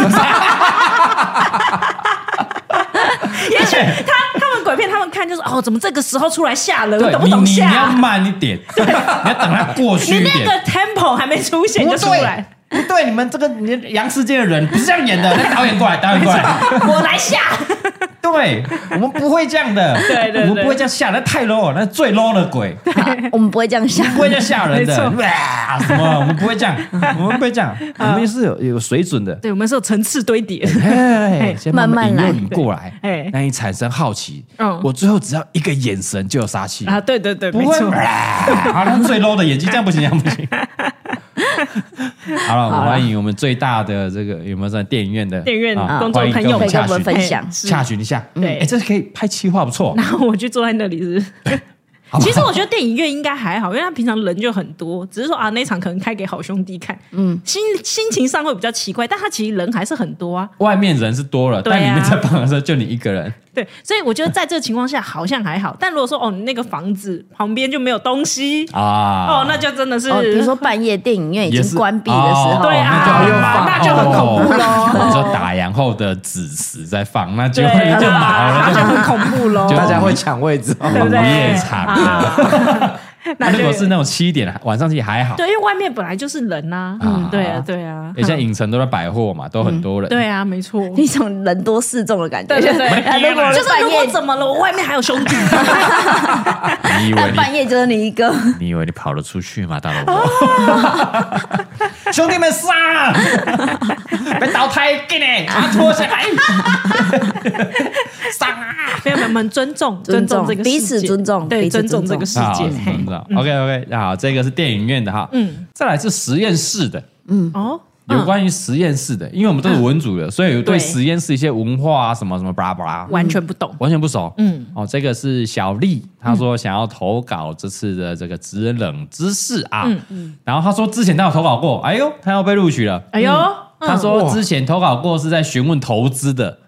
S3: 也许他他们鬼片他们看就是哦，怎么这个时候出来吓人，
S2: 对
S3: 懂不
S2: 你
S3: 懂
S2: 你要
S3: 吓？
S2: 慢一 点，你要等它过去
S3: 你
S2: 一
S3: 那
S2: 点。
S3: 个 tempo 还没出现就出来，
S2: 不对，你们这个你杨世界的人不是这样演的，那导演过来，导演过来，
S3: 我来吓。
S2: 对我们不会这样的，
S3: 对对对
S2: 我们不会这样吓，那太 low，了，那最 low 的 鬼，
S4: 我们不会这样想
S2: 不，会这样吓人的，
S3: 没错嗯
S2: 哇，什么？我们不会这样，我们不会这 样，我们是有有水准的。
S3: 对，我们是有层次堆叠，
S2: 哎，先慢慢引
S4: 慢慢
S2: 诱
S4: 来
S2: 你过来
S3: 哎，
S2: 让你产生好奇。
S3: 嗯
S2: 我最后只要一个眼神就有杀气
S3: 啊，对对对，
S2: 不
S3: 没
S2: 会，
S3: 错。
S2: 好，那最 low 的眼睛，这样不行，这样不 行。好了，我们欢迎我们最大的这个有没有在电影院的
S3: 电影院
S2: 啊
S3: 工作
S2: 欢迎
S3: 朋
S2: 跟
S3: 友
S2: 我
S4: 可
S2: 们
S4: 以
S2: 洽
S4: 跟我们
S2: 询
S4: 分享
S3: 哎。是
S2: 洽询一下，
S3: 对
S2: 哎，这可以拍企划，不错
S3: 然，后我就坐在那里是不是。
S2: 好不好
S3: 其实我觉得电影院应该还好，因为他平常人就很多，只是说啊那一场可能开给好兄弟看，嗯，心心情上会比较奇怪，但他其实人还是很多啊，
S2: 外面人是多了，
S3: 对啊
S2: 但里面在放的时候就你一个人，
S3: 对，所以我觉得在这个情况下好像还好，但如果说哦你那个房子旁边就没有东西，
S2: 啊
S3: 哦，那就真的是，
S4: 哦，比如说半夜电影院已
S2: 也是哦
S4: 经关闭的时候，
S3: 对啊
S2: 那
S3: 那就很恐怖
S2: 喽。哦你说打烊后的子时在放，那就会就毛了，
S3: 那
S2: 就
S3: 就很恐怖喽，
S2: 就
S5: 大家会抢位置哦。
S3: 对不对？
S2: 午夜场
S3: 啊
S2: 那
S3: 那
S2: 如
S3: 就
S2: 果是那种七点晚上其实还好，
S3: 对，因为外面本来就是人呐，嗯，对啊，对啊，
S2: 欸，现在影城都在百货嘛，都很多人。
S3: 对啊，没错，
S4: 一种人多势众的感觉。
S3: 对对对
S4: 啊如果
S3: 就是
S4: 半
S3: 如果
S4: 夜，
S3: 怎么了，我外面还有兄弟，
S2: 你以为
S4: 但半
S2: 你
S4: 夜就是你一个，
S2: 你以为你跑得出去吗，大老婆？兄弟们杀啊！被倒胎给你，把它拖下来，杀啊！
S3: 没有没有，我们尊重
S4: 尊重
S3: 重这个世界
S4: 彼此尊重
S3: 对，
S4: 彼此
S3: 尊
S4: 尊重
S3: 重这个世
S2: 好，
S3: 界，嘿
S2: 啊知道。OK OK，好，这个是电影院的哈，嗯，再来是实验室的，
S3: 哦，
S2: 有关于实验室的，因为我们都是文组的，所以对
S3: 对
S2: 实验室一些文化啊什么什么巴拉巴拉，
S3: 完全不懂。
S2: 完全不熟。嗯
S3: 嗯，
S2: 哦，这个是小丽，她说想要投稿这次的这个职人冷知识啊。嗯然后她说之前她有投稿过，哎呦，她要被录取了。
S3: 哎呦，
S2: 她说之前投稿过是在询问投资的，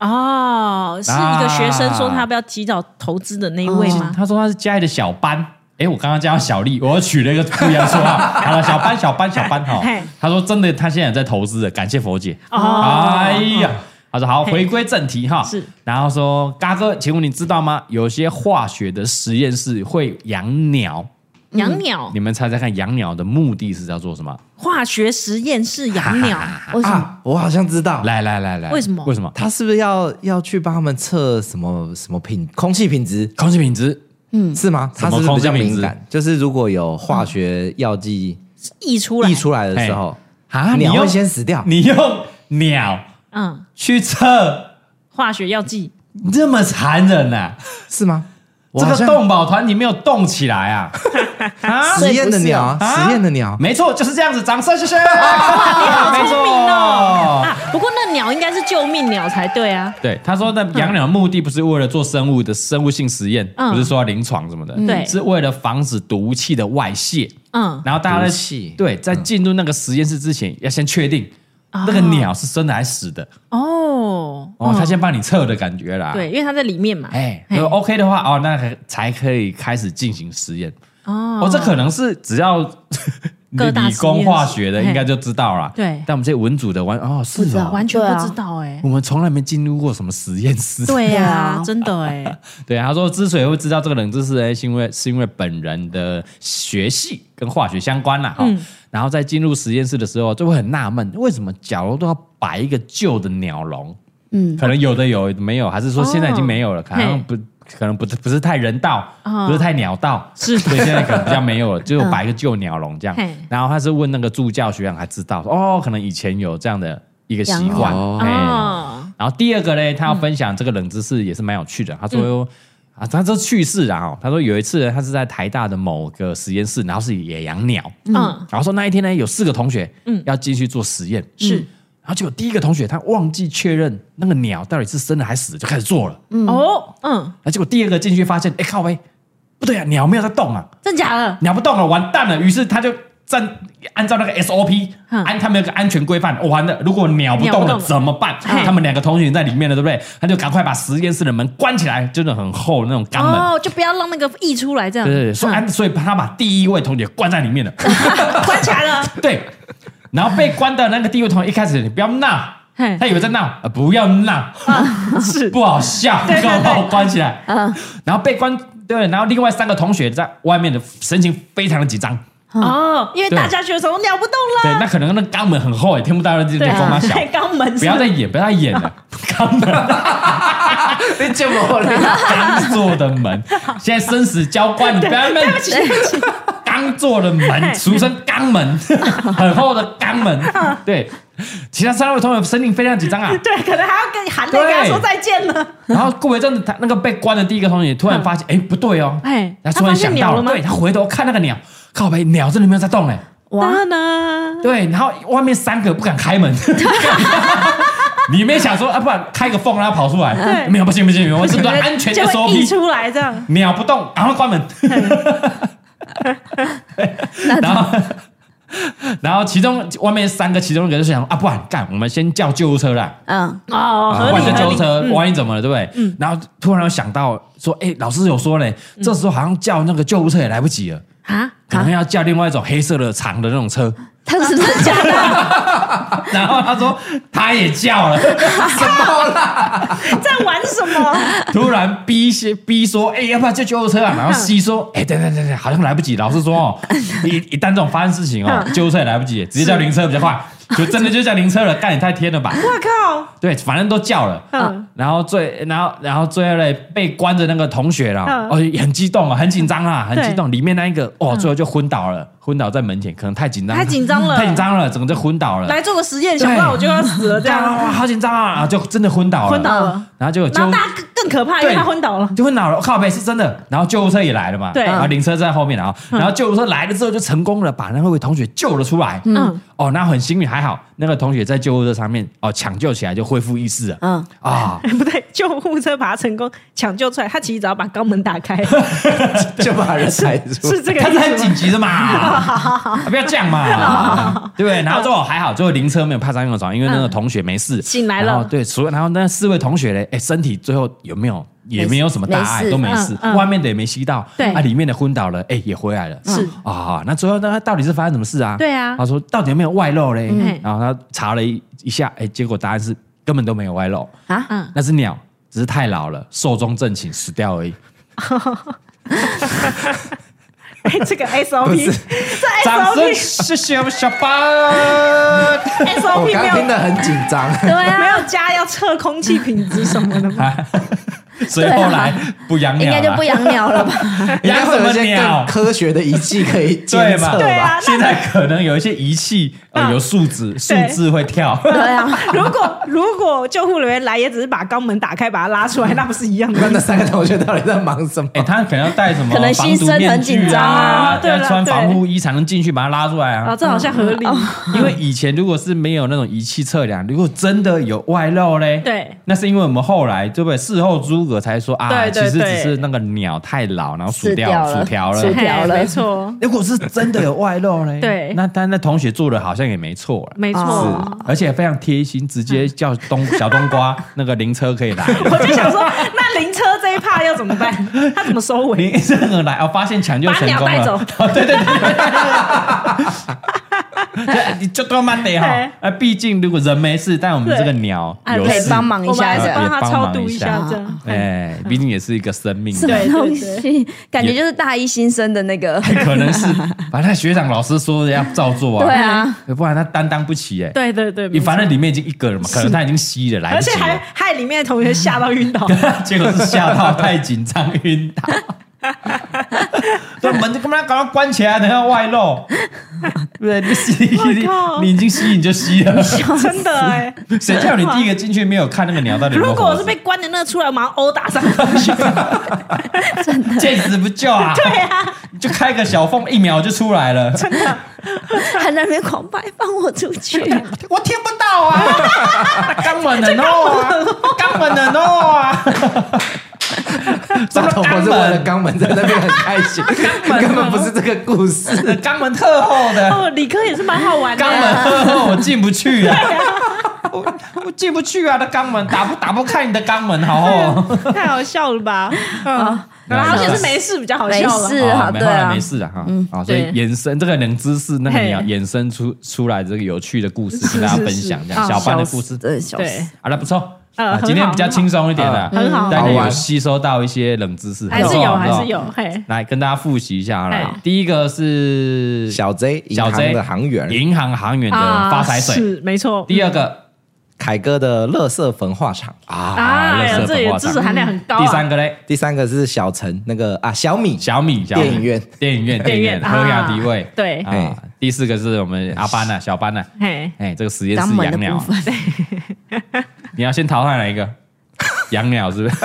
S3: 哦，是一个学生说他要不要提早投资的那一位吗？
S2: 她说她是家里的小班。哎，我刚刚叫她小丽，我又取了一个不一样的绰 号。好了，小班，小班，小班哈
S3: 嘿。
S2: 她说真的，她现在也在投资的，感谢佛姐。
S3: 哦，
S2: 哎呀，他说好，
S3: 嘿
S2: 回归正题哈，
S3: 是，
S2: 然后说嘎哥，请问你知道吗？有些化学的实验室会养鸟，
S3: 养
S5: 哦
S3: 鸟
S2: 你们猜猜看，养鸟的目的是要做什么？
S3: 化学实验室养鸟，
S4: 为什么？
S5: 啊，我好像知道，
S2: 来来来来，
S3: 为什么
S2: 为什么？
S5: 他是不是要要去帮他们测什么什么品空气品质？
S2: 空气品质
S3: 嗯
S5: 是吗？
S2: 什么
S5: 他是不是比较
S2: 空气品质
S5: 敏感，就是如果有化学药剂
S3: 溢出来，
S5: 溢出来的时候，
S2: 啊
S5: 鸟
S2: 你
S5: 会
S2: 用
S5: 先死掉。
S2: 你用鸟
S3: 嗯，
S2: 去测，
S3: 化学药剂，
S2: 这么残忍啊！
S5: 是吗？我
S2: 这
S5: 好
S2: 个
S5: 像
S2: 动保团体没有动起来啊！啊，
S5: 实验的鸟 啊，
S2: 啊
S5: 实验的 鸟，
S2: 没错，就是这样子，掌声，谢谢。哇，
S3: 好聪明哦！啊，不过那鸟应该是救命鸟才对啊，
S2: 对，他说的养鸟的目的不是为了做生物的生物性实验，
S3: 嗯
S2: 不是说要临床什么的，
S3: 对
S2: 是为了防止毒气的外泄。
S3: 嗯，
S2: 然后大家在
S5: 啊毒气嗯
S2: 对，在进入那个实验室之前，要先确定
S3: 啊
S2: 那个鸟是生的还是死的。
S3: 哦，
S2: 哦，他先帮你测的感觉啦。
S3: 对，，因为它在里面嘛，
S2: 哎，如果 OK 的话，哦，那可才可以开始进行实验。
S3: 哦
S2: 哦，这可能是只要
S3: 各大
S2: 理
S3: 实
S2: 工
S3: 验
S2: 化
S3: 室
S2: 学的
S3: 嘿
S2: 应该就知道啦。
S3: 对
S2: 但我们这些文组的玩哦，是
S4: 知道
S2: 哦，
S3: 完全
S4: 对啊
S3: 不知道哎，
S2: 我们从来没进入过什么实验室。
S3: 对啊
S4: 对啊，
S3: 真的哎，
S2: 对，他说之所以会知道这个冷知识呢，是因为是因为本人的学系跟化学相关啦。哈、
S3: 嗯
S2: 然后在进入实验室的时候，就会很纳闷，为什么角落都要摆一个旧的鸟笼？
S4: 嗯，
S2: 可能有的有，没有，还是说现在已经没有了？可能
S3: 哦嘿
S2: 不，可能不不是太人道，
S3: 哦
S2: 不是太鸟道，
S3: 是嗯
S2: 所以现在可能比较没有了，就摆一个旧鸟笼这样
S3: 嘿。
S2: 然后他是问那个助教学长，还知道说哦，可能以前有这样的一个习惯。
S5: 哦
S2: 嘿
S3: 哦，
S2: 然后第二个呢，他要分享这个冷知识也是蛮有趣的。他
S3: 嗯
S2: 说、啊，他这趣事啊，哦他说有一次呢，他是在台大的某个实验室，然后是野养鸟，
S3: 嗯，
S2: 然后说那一天呢有四个同学，嗯，要进去做实验，
S3: 是
S2: 然后结果第一个同学他忘记确认那个鸟到底是生了还是死了，就开始做了。
S3: 哦，嗯，
S2: 那啊结果第二个进去发现，哎靠喂，不对啊，鸟没有在动啊，
S3: 真假的，
S2: 鸟不动了，完蛋了。于是他就站按照那个 SOP，、
S3: 嗯
S2: 按他们有个安全规范，哦完了，如果鸟不
S3: 鸟
S2: 动
S3: 不
S2: 了
S3: 动了嗯
S2: 怎么办？
S3: 嘿
S2: 他们两个同学在里面了，对不对？他就赶快把实验室的门关起来，真的很厚那种钢门。
S3: 哦，就不要让那个溢出来这样，
S2: 对对哎对，所以、啊
S3: 嗯
S2: 安，所以他把第一位同学关在里面了。
S3: 关起来 了，
S2: 对，然后被关的那个第一位同学一开始你不要闹，
S3: 嘿啊
S2: 他以为在闹，呃不要闹，
S3: 是
S2: 不好笑，
S3: 对对
S2: 给
S3: 啊
S2: 我把
S3: 对
S2: 我关起来。然后被关，对，然后另外三个同学在外面的神情非常的紧张。
S3: 哦，因为
S2: 对
S3: 大家觉得我鸟不动
S2: 对，
S3: 了，
S2: 那可能那肛门很厚，也听不到人在
S3: 啊对
S2: 光妈
S3: 啊，
S2: 小。
S3: 对，肛门是
S2: 不要再演，不要再演了，肛门
S5: 你这么
S2: 刚做的门，现在生死交关，你不要再 刚做的门，俗称肛门，很厚的肛门。对，其他三位同学神情非常紧张啊。
S3: 对，可能还要跟含泪跟他说再见了。
S2: 然后过一阵子，他那个被关的第一个同学突然发现，哎、不对哦，
S3: 哎
S2: 他突然想
S3: 他发现
S2: 到
S3: 鸟
S2: 了，
S3: 了吗
S2: 对他回头看那个鸟，靠北，鸟真的没有在动哎，
S4: 哇，
S3: 呢？
S2: 对，然后外面三个不敢开 门。你没想说啊，不然开个缝让它跑出来？
S3: 对
S2: 没有，不行不行，我们是个安全的
S3: 就会溢
S2: SOP，
S3: 出来这样。
S2: 鸟不动，赶快关门。然后，然后其中外面三个，其中一个就想啊，不然干，我们先叫救护车啦。
S4: 嗯，
S3: 哦，
S2: 啊，
S3: 合
S2: 换
S3: 理
S2: 个
S3: 合
S2: 救护
S3: 理。
S2: 车，万一怎么了，对不对？然后突然有想到说，哎，老师有说嘞，
S4: 嗯
S2: 这时候好像叫那个救护车也来不及了，
S3: 啊，
S2: 可能要叫另外一种黑色的长的那种车。
S4: 他是不是假的？
S2: 然后他说他也叫了，
S3: 在玩什么？
S2: 突然 B 先 B 说，哎，要不要叫救护车啊？然后 C 说，哎，等等等等，好像来不及。老师说 哦，一一旦这种发生事情哦，
S4: 嗯
S2: 救护车也来不及，直接叫灵车比较 快。就真的就叫灵车了，干也太天了吧！
S3: 我靠！
S2: 对，反正都叫了，
S3: 嗯
S2: 然后最，然后然后最后嘞，被关的那个同学啦，
S3: 嗯
S2: 哦，很激动啊，很紧张啊，很
S3: 对嗯
S2: 激动。里面那一个，哦，最后就昏倒了，昏倒在门前，可能太紧张，
S3: 太紧张了
S2: 太紧张了，整个就昏倒了。
S3: 来做个实验，想不到我就要死了这
S2: 干
S3: 样。
S2: 哇，好紧张啊！啊就真的昏倒了，
S3: 昏倒了。
S2: 然后就有
S3: 然
S2: 救
S3: 后，大家更更更可怕，因为他昏倒了。
S2: 就会恼了，靠北是真的。然后救护车也来了嘛，
S3: 对嗯
S2: 然后灵车在后面啊，然后救护车来了之后就成功了，把那位同学救了出来。
S3: 嗯，
S2: 哦，那很幸运，还好那个同学在救护车上面哦抢救起来就恢复意识了。
S4: 嗯，
S2: 啊，
S3: 不对，救护车把他成功抢救出来，他其实只要把肛门打 开，
S5: 就把人抬出。
S3: 是这个
S2: 他是很
S3: 意思吗
S2: 紧急 的嘛，啊不要这样嘛，对不对？然后最后还好，最后灵车没有派上用场，因为那个同学没事，
S3: 嗯醒来了
S2: 然后对，除了然后那四位同学嘞，哎，身体最后有没有也没有什么大
S4: 没
S2: 碍，
S4: 事
S2: 都没事
S3: 嗯，嗯
S2: 外面的也没吸到，
S3: 对
S2: 啊，里面的昏倒了，哎，也回来了，
S3: 是
S2: 啊，那最后那到底是发生什么事啊？
S3: 对啊
S2: 他说到底有没有外漏嘞
S3: 嗯？
S2: 然后他查了一一下，哎，结果答案是根本都没有外漏，
S4: 啊，
S3: 嗯，
S2: 那只鸟只是太老了，寿终正寝死掉而已。
S3: 哎， 这个
S5: 不
S3: SOP
S5: 是
S3: 这
S2: 掌声，
S3: SOP
S2: 谢谢我们小班。
S5: 哦我
S3: SOP
S5: 刚
S3: 没
S5: 刚听
S3: 有
S5: 得很紧张，
S4: 对啊，
S3: 没有加要测空气品质什么的吗？
S2: 所以后来不养
S4: 应
S2: 鸟了，
S4: 该就不养鸟了吧？
S5: 应
S2: 养
S5: 该会
S2: 什
S5: 有
S2: 么
S5: 一些更
S2: 鸟？
S5: 科学的仪器可以
S2: 对
S5: 监
S2: 嘛？
S5: 测
S3: 对
S5: 吧？
S3: 啊那
S2: 现在可能有一些仪器，呃，
S3: 嗯
S2: 有数值，数
S3: 对
S2: 字会跳。
S4: 对啊，
S3: 如果如果救护人员来，也只是把肛门打开，把他拉出来，那不是一样的
S5: 那
S3: 意
S5: 那
S3: 思？
S5: 三个同学到底在忙什么？
S2: 哎，他可能要戴什么？
S4: 可能新生很紧张
S2: 啊
S4: 啊，
S3: 对啦
S2: 要穿防护衣才能进去把它拉出来啊
S3: 哦，。这好像合理。
S2: 因为以前如果是没有那种仪器测量，如果真的有外漏嘞，
S3: 对，
S2: 那是因为我们后来对不对？事后诸葛才说啊，
S3: 对对
S2: 其实只
S3: 对
S2: 是那个鸟太老，然后
S4: 死
S2: 掉
S4: 掉
S2: 薯
S4: 了
S2: 条了，
S4: 薯
S3: 嘿
S4: 屌了
S3: 没错，
S2: 如果是真的有外漏嘞，
S3: 对
S2: 那但那同学做的好像也没错了。
S3: 没错。
S2: 而且非常贴心，直
S3: 嗯
S2: 接叫冬 小冬瓜那个灵车可以来 了，
S3: 我就想说，那灵车这一趴要怎么办？他怎么收尾？
S2: 灵任何来哦，发现抢救成功
S3: 把鸟带
S2: 了，
S3: 走
S2: 哦 对对对对，就你就多慢点哈
S3: 对。
S2: 啊，毕竟如果人没事，但我们这个鸟
S3: 啊
S2: 有
S4: 可以
S2: 事，呃
S4: 帮忙一
S3: 我们
S4: 下
S3: 还是
S4: 的
S3: 帮他
S2: 也帮忙
S3: 超度
S2: 一
S3: 一
S2: 下
S3: 下，这样。嗯
S2: 哎，毕竟也是一个生命，
S4: 什么
S3: 对
S4: 东西？感觉就是大一新生的那个，
S2: 可能是反正学长老师说的要照做
S4: 对
S2: 啊，
S4: 啊，
S2: 不然他担当不起哎。
S3: 对对对，没
S2: 你
S3: 错
S2: 反正里面已经一个了嘛，可能他已经吸了，来
S3: 而
S2: 不
S3: 且
S2: 及
S3: 还
S2: 了。
S3: 害里面的同学吓到晕倒。
S2: 结果是吓到太紧张晕倒，所以门就干嘛赶快关起来，等下外
S3: Oh
S2: 漏。对，你吸 你
S3: 靠
S2: 你已经吸你就吸 了，
S3: 真的哎、
S2: 谁叫你第一个进去没有看那个鸟到底有没
S3: 如
S2: 有
S3: 果我
S2: 活
S3: 是
S2: 着？
S3: 被关的那个出来，我马上殴打上同学。
S2: 见死不救 啊！对啊，就开个小缝，一秒就出来了。
S4: 还在那边狂拍，放我出去！
S2: 我听不到啊， 肛门的 no 啊，肛门的 no 啊，什 么
S5: 大头
S2: 肛
S5: 不是为了
S2: 门？啊
S5: 肛门在那边很开 心，根本不是这个故事。
S2: 肛门特厚的。
S3: 哦，理科也是蛮好玩的、
S2: 肛门呵呵，我进不去 啊！我我进不去啊！那肛门打不打不开你的肛门，好
S3: 啊
S2: 哦。
S3: 太好笑了吧？嗯，
S2: 然
S3: 然后就是没事比较好笑了
S4: 没。事啊
S2: 没
S4: 对啊
S2: 后来没事了哈。
S5: 哦
S2: 啊，所以
S3: 对
S2: 衍生这个冷知识，那个你要
S3: 嗯嘿
S2: 衍生出出来这个有趣的故事跟大家分享，这样
S3: 是啊
S2: 小班的故
S4: 死
S2: 事，
S4: 真的笑死
S3: 对。
S2: 好了，不错。
S3: 呃
S2: 啊
S3: 很好嗯
S2: 今天比较轻松一点的，
S3: 很好
S2: 但
S5: 好
S2: 是有
S5: 玩
S2: 吸收到一些冷知识，
S3: 还是
S2: 不错
S3: 有，还
S2: 不错
S3: 是有，嘿，
S2: 来跟大家复习一下好了
S3: 哎。
S2: 第一个是
S5: 小 J 银
S2: 小
S5: 行
S2: J
S5: 的行员，
S2: 银行行员的发财水。
S3: 啊是没错。
S2: 第二个
S5: 凯哥的乐色焚化厂，
S2: 啊，
S3: 哎
S2: 垃
S3: 呀，
S2: 圾
S3: 这
S2: 焚
S3: 也
S2: 化
S3: 知
S2: 厂
S3: 识含量很高、啊。
S2: 第三个嘞，
S5: 第三个是小陈那个啊小米，
S2: 小米，小米
S5: 电影院，哎
S2: 电影院，电
S3: 电
S2: 影
S3: 影
S2: 院，
S3: 院
S2: 喝雅迪味
S3: 啊。对
S2: 啊，第四个是我们阿班呐，小班呐，
S3: 嘿，
S2: 哎，这个实验
S4: 肛
S2: 室
S4: 门的
S2: 养鸟
S4: 部
S2: 啊，
S4: 分，
S2: 你要先淘汰哪一个？ 养鸟是不 是？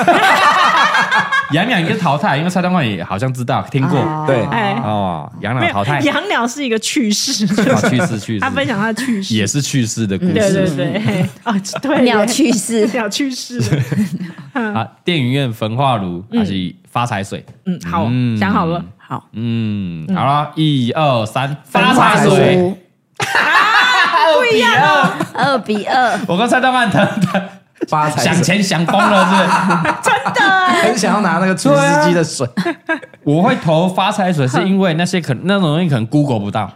S2: 养鸟应该淘汰，因为蔡东冠也好像知道听过
S5: 对
S3: 哎
S2: 哦，养
S3: 没
S2: 鸟淘
S3: 有
S2: 汰，
S3: 养鸟是一个趣事，
S2: 好去世去世
S3: 他，分享他的趣事。
S2: 也是去世的故
S3: 对
S2: 事
S3: 对对，嘿啊，对耶，
S4: 鸟去世
S3: 鸟 去世。
S2: 啊。电影院焚化炉还是发财水？
S3: 嗯，好
S2: 嗯，
S3: 想好了，
S4: 好，
S2: 嗯，好了，一二三，发
S5: 发
S2: 财
S5: 财水
S2: 水，
S4: 五
S2: 不一样哦。
S4: 二比二，
S2: 我跟蔡东冠疼疼。
S5: 发财
S2: 想
S5: 水
S2: 钱想光了，是不是？
S5: 很想要拿那个厨师机的水，
S2: 我会投发财水，是因为那些可那种东西可能 Google 不到，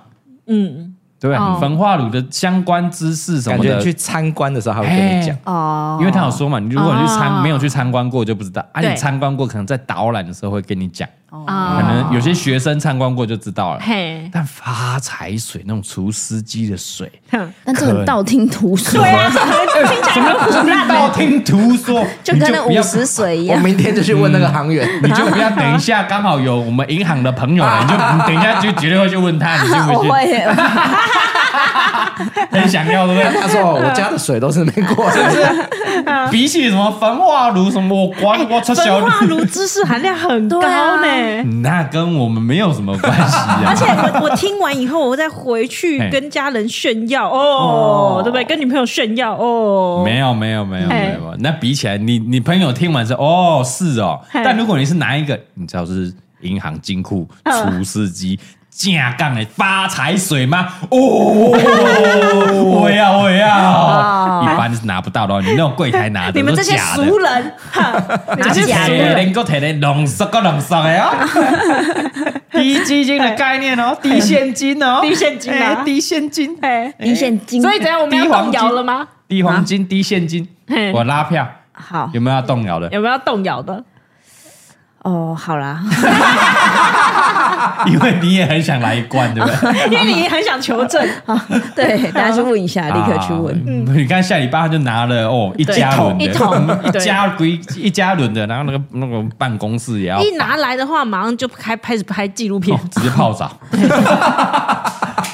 S3: 嗯，
S2: 对不对？
S3: 哦
S2: 焚化炉的相关知识什
S5: 感
S2: 么
S5: 觉
S2: 的
S5: 你，去参观的时候他会跟你讲
S2: 哎。
S4: 哦，
S2: 因为他有说嘛，你如果你去参
S3: 哦
S2: 没有去参观过就不知道啊，你
S3: 对
S2: 参观过可能在导览的时候会跟你讲，可能有些学生参观过就知道了。
S3: 嘿，
S2: 但发财水那种除湿机的水，
S3: 哼
S4: 但这很道听途说，
S3: 啊听起
S2: 哎
S3: 来很苦难
S2: 道听途说，
S4: 就
S2: 你
S4: 跟那
S2: 不要
S4: 五十水一
S5: 我
S4: 样。
S5: 明天就去问那个行员。
S2: 你就不要等一下，刚好有我们银行的朋友了，你就你等一下就绝对会去问他，你信
S4: 我
S2: 不信？
S4: 会，
S2: 很想要，对不对？
S5: 他说：“我家的水都是没过的，
S2: 比起什么焚化炉什么，我管我出小
S3: 哎焚
S2: 炉，
S3: 化炉知识含量很高
S4: 对啊
S3: 呢。
S2: 那跟我们没有什么关系 啊。
S3: 而且我我听完以后，我再回去
S2: 嘿
S3: 跟家人炫耀哦，对不对？跟女朋友炫耀哦，
S2: 没有没有没有没
S3: 嘿
S2: 有，那比起来，你你朋友听完是哦是哦，
S3: 嘿
S2: 但如果你是拿一个，你知道是银行金库除湿机。架杠的发财水吗？ 哦，我要我要，一般是拿不到的哦。你那种柜台拿的，
S3: 啊 你们
S2: 都
S3: 这
S2: 是
S3: 些
S2: 假的
S3: 俗人， 哈，你们这些
S4: 假
S3: 俗
S4: 的
S2: 摕
S3: 人，
S2: 能够摕来浓缩个浓缩的哦，低基金的概念哦，低现金哦，
S3: 低现金啊
S2: 哎低现金，
S3: 哎，
S4: 一现金。
S3: 所以等一下我们要动摇了吗？
S2: 低黄金，低现金
S3: 嘿，
S2: 我拉票，
S4: 好
S2: 有没有要动摇的？
S3: 有没有要动摇的？
S4: 哦，好啦，
S2: 因为你也很想来一罐，对不 对？
S3: 因为你很想求证，
S4: 对，大家去问 一下，立刻去问。
S2: 啊。你看下礼拜他就拿了哦，一加仑的，
S3: 嗯一桶 一桶
S2: 一加归一加仑的，然后那个那个办公室也要
S3: 一拿来的话，马上就开开始拍纪录片
S2: 哦，直接泡澡。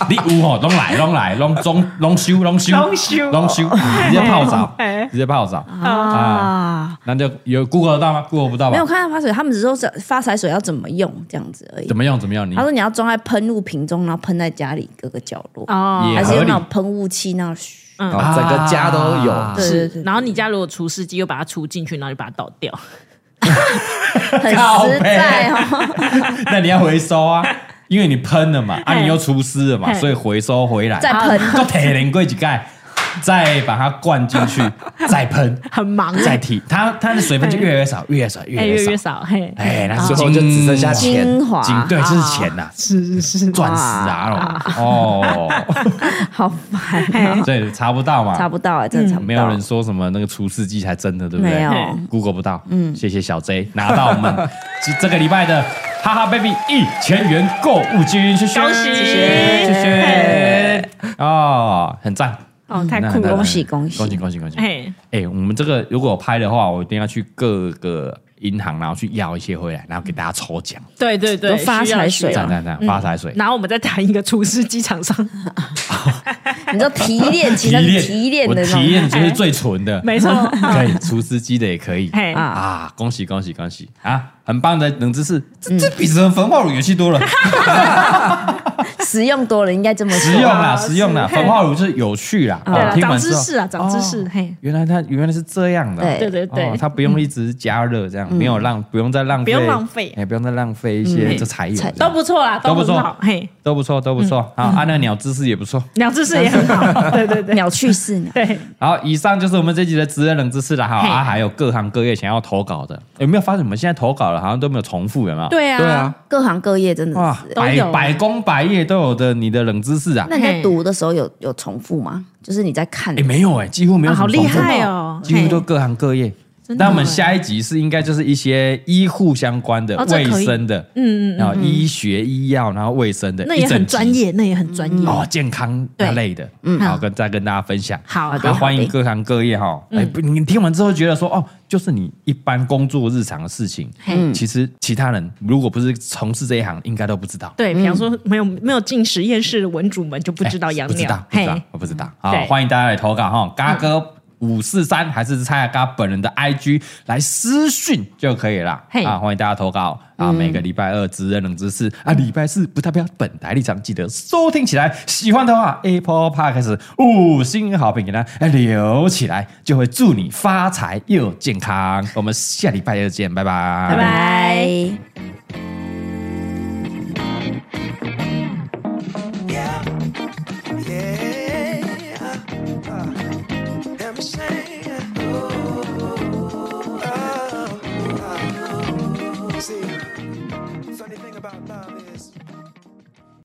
S2: 你有吼，拢来拢来，拢中拢修拢修
S3: 拢修
S2: 拢修，嗯直接泡澡
S3: 哎，
S2: 直接泡澡啊
S4: 啊！
S2: 那就有 Google 得到吗？Google 不到吧
S4: 没有？看到发水，他们只是说是发财水要怎么用这样子而已
S2: 怎。么用？怎么用？你
S4: 他说你要装在喷雾瓶中，然后喷在家里各个角落，
S3: 哦
S2: 也
S4: 还是用
S2: 啊
S4: 那
S2: 合
S4: 种喷雾器那种嘘。
S5: 然后哦整个家都
S2: 嗯
S5: 有。
S2: 啊
S4: 对对对，
S3: 然后你家如果除湿机又把它除进去，然后就把它倒掉，
S4: 很
S2: 靠
S4: 实
S2: 背
S4: 在哦。
S2: 那你要回收啊，因为你喷了嘛，啊，
S3: 嘿
S2: 你又除湿了嘛，
S3: 嘿
S2: 所以回收回来，啊
S4: 再喷
S2: 够铁零贵几盖，再把它灌进 去，再喷，
S3: 很忙，
S2: 再提，它它的水分就越来越少，越来越少，越
S3: 哎，
S2: 来
S3: 越来越
S2: 少，
S3: 少，嘿，
S2: 哎，那
S5: 最后就只剩下钱
S4: 精华，
S2: 金对，这是钱呐，
S3: 是是是，
S2: 钻石啊，哦，
S4: 好烦啊，
S3: 嘿
S2: 对，查不到嘛，
S4: 查不到哎，真的查不到。
S2: 没有人说什么那个除湿机才真的，对不对？
S4: 没有
S2: 嘿，Google 不到。嗯，谢谢小 J 拿到我们 这这个礼拜的哈哈 baby 一千元购物金，谢谢，
S3: 恭喜
S2: 谢谢，谢谢。哦，很赞，
S3: 哦，太
S2: 那
S3: 酷
S2: 很赞
S3: 了
S4: 哎恭，喜恭喜
S2: 恭喜恭喜恭喜！
S3: 嘿，
S2: 哎，我们这个如果有拍的话，我一定要去各个银行，然后去要一些回来，然后给大家抽奖，
S3: 对对对，
S4: 都发
S3: 需要
S4: 财水
S3: 需要
S2: 赞赞赞，
S4: 嗯
S2: 发财水。
S3: 然后我们再谈一个厨师机厂商，
S4: 你知道提炼，其实那个提炼
S2: 我
S4: 的那
S2: 提炼
S4: 种，
S2: 就是最纯 的，
S3: 没 错，
S2: 可以除湿机的也可以。
S3: 嘿，
S4: 啊
S2: 啊！恭喜恭喜恭喜啊！很棒的冷知识，
S4: 嗯
S2: 这这比什么焚化炉有趣多了，
S4: 实用多了，应该这么
S2: 实用
S4: 说。嗯
S2: 啦，
S3: 啊
S2: 实用啦，
S3: 是
S2: 焚化炉就是有趣啦。
S3: 对
S2: 哦
S3: 了，
S2: 听完
S3: 长
S2: 之
S3: 知识
S2: 后，
S3: 啊，长知识，嘿，
S2: 原来它原来是这样的，
S4: 对嗯
S3: 对对对
S2: 哦，它不用一直加热，这样没有浪，不用再浪费，
S3: 不用浪费
S2: 哎，不用再浪费一些这柴油，这样
S3: 都不错啦，
S2: 都不
S3: 很
S2: 错
S3: 好，嘿，
S2: 都不错，都不错。好，
S4: 嗯
S2: 啊，那个鸟知识也不错。
S3: 两知识也很好， 对对对
S4: 鸟去世鸟，
S3: 对，
S2: 好，以上就是我们这集的职业冷知识了哈，
S3: 嘿
S2: 啊，还有各行各业想要投稿的，有没有发现我们现在投稿了好像都没有重复，有没有？
S3: 对
S5: 对啊，
S4: 各行各业真的
S2: 哇
S4: 是。，
S3: 都
S2: 百
S3: 有啊
S2: 百工百业都有的你的冷知识啊。
S4: 那你在
S3: 嘿
S4: 读的时候有有重复吗？就是你在看
S2: 哎，，没有哎，几乎没有
S3: 啊，
S2: 什么
S3: 好厉
S2: 重复
S3: 害哦，
S2: 几乎都
S3: 嘿
S2: 各行各业。
S3: 真的
S2: 那我们
S3: 耶
S2: 下一集是应该就是一些医护相关的、
S3: 哦这
S2: 卫
S3: 可以
S2: 生的，嗯嗯，然后医学、医药，然后卫生的，
S3: 那
S2: 一
S3: 也
S2: 整
S3: 很
S2: 集
S3: 专业，那也很专业，
S2: 哦，健康那类的，嗯，好，跟再跟大家分享。
S3: 好
S2: 那
S3: 的，嗯
S2: 欢迎各行各业哈，哎，不你听完之后觉得说哦，就是你一般工作日常的事情，其实其他人如果不是从事这一行，应该都不知道。
S3: 对，比方说没有没有进实验室的文主们就不
S2: 不
S3: 知道
S2: 嗯哎
S3: 养
S2: 不知
S3: 鸟嗯
S2: 道，，不知道，我不知道。好
S3: 对，
S2: 欢迎大家来投稿哈，嘎哥五四三还是蔡雅嘎本人的 IG 来私讯就可以了。
S3: 嘿嗯
S2: 啊，欢迎大家投稿啊！每个礼拜二职人冷知识啊，礼拜四不代表本台立场，记得收听起来。喜欢的话，Apple Podcast 五星好评给他哎留起来，就会祝你发财又健康。我们下礼拜二见，拜拜，
S3: 拜
S4: 拜。
S1: uh, oh, uh,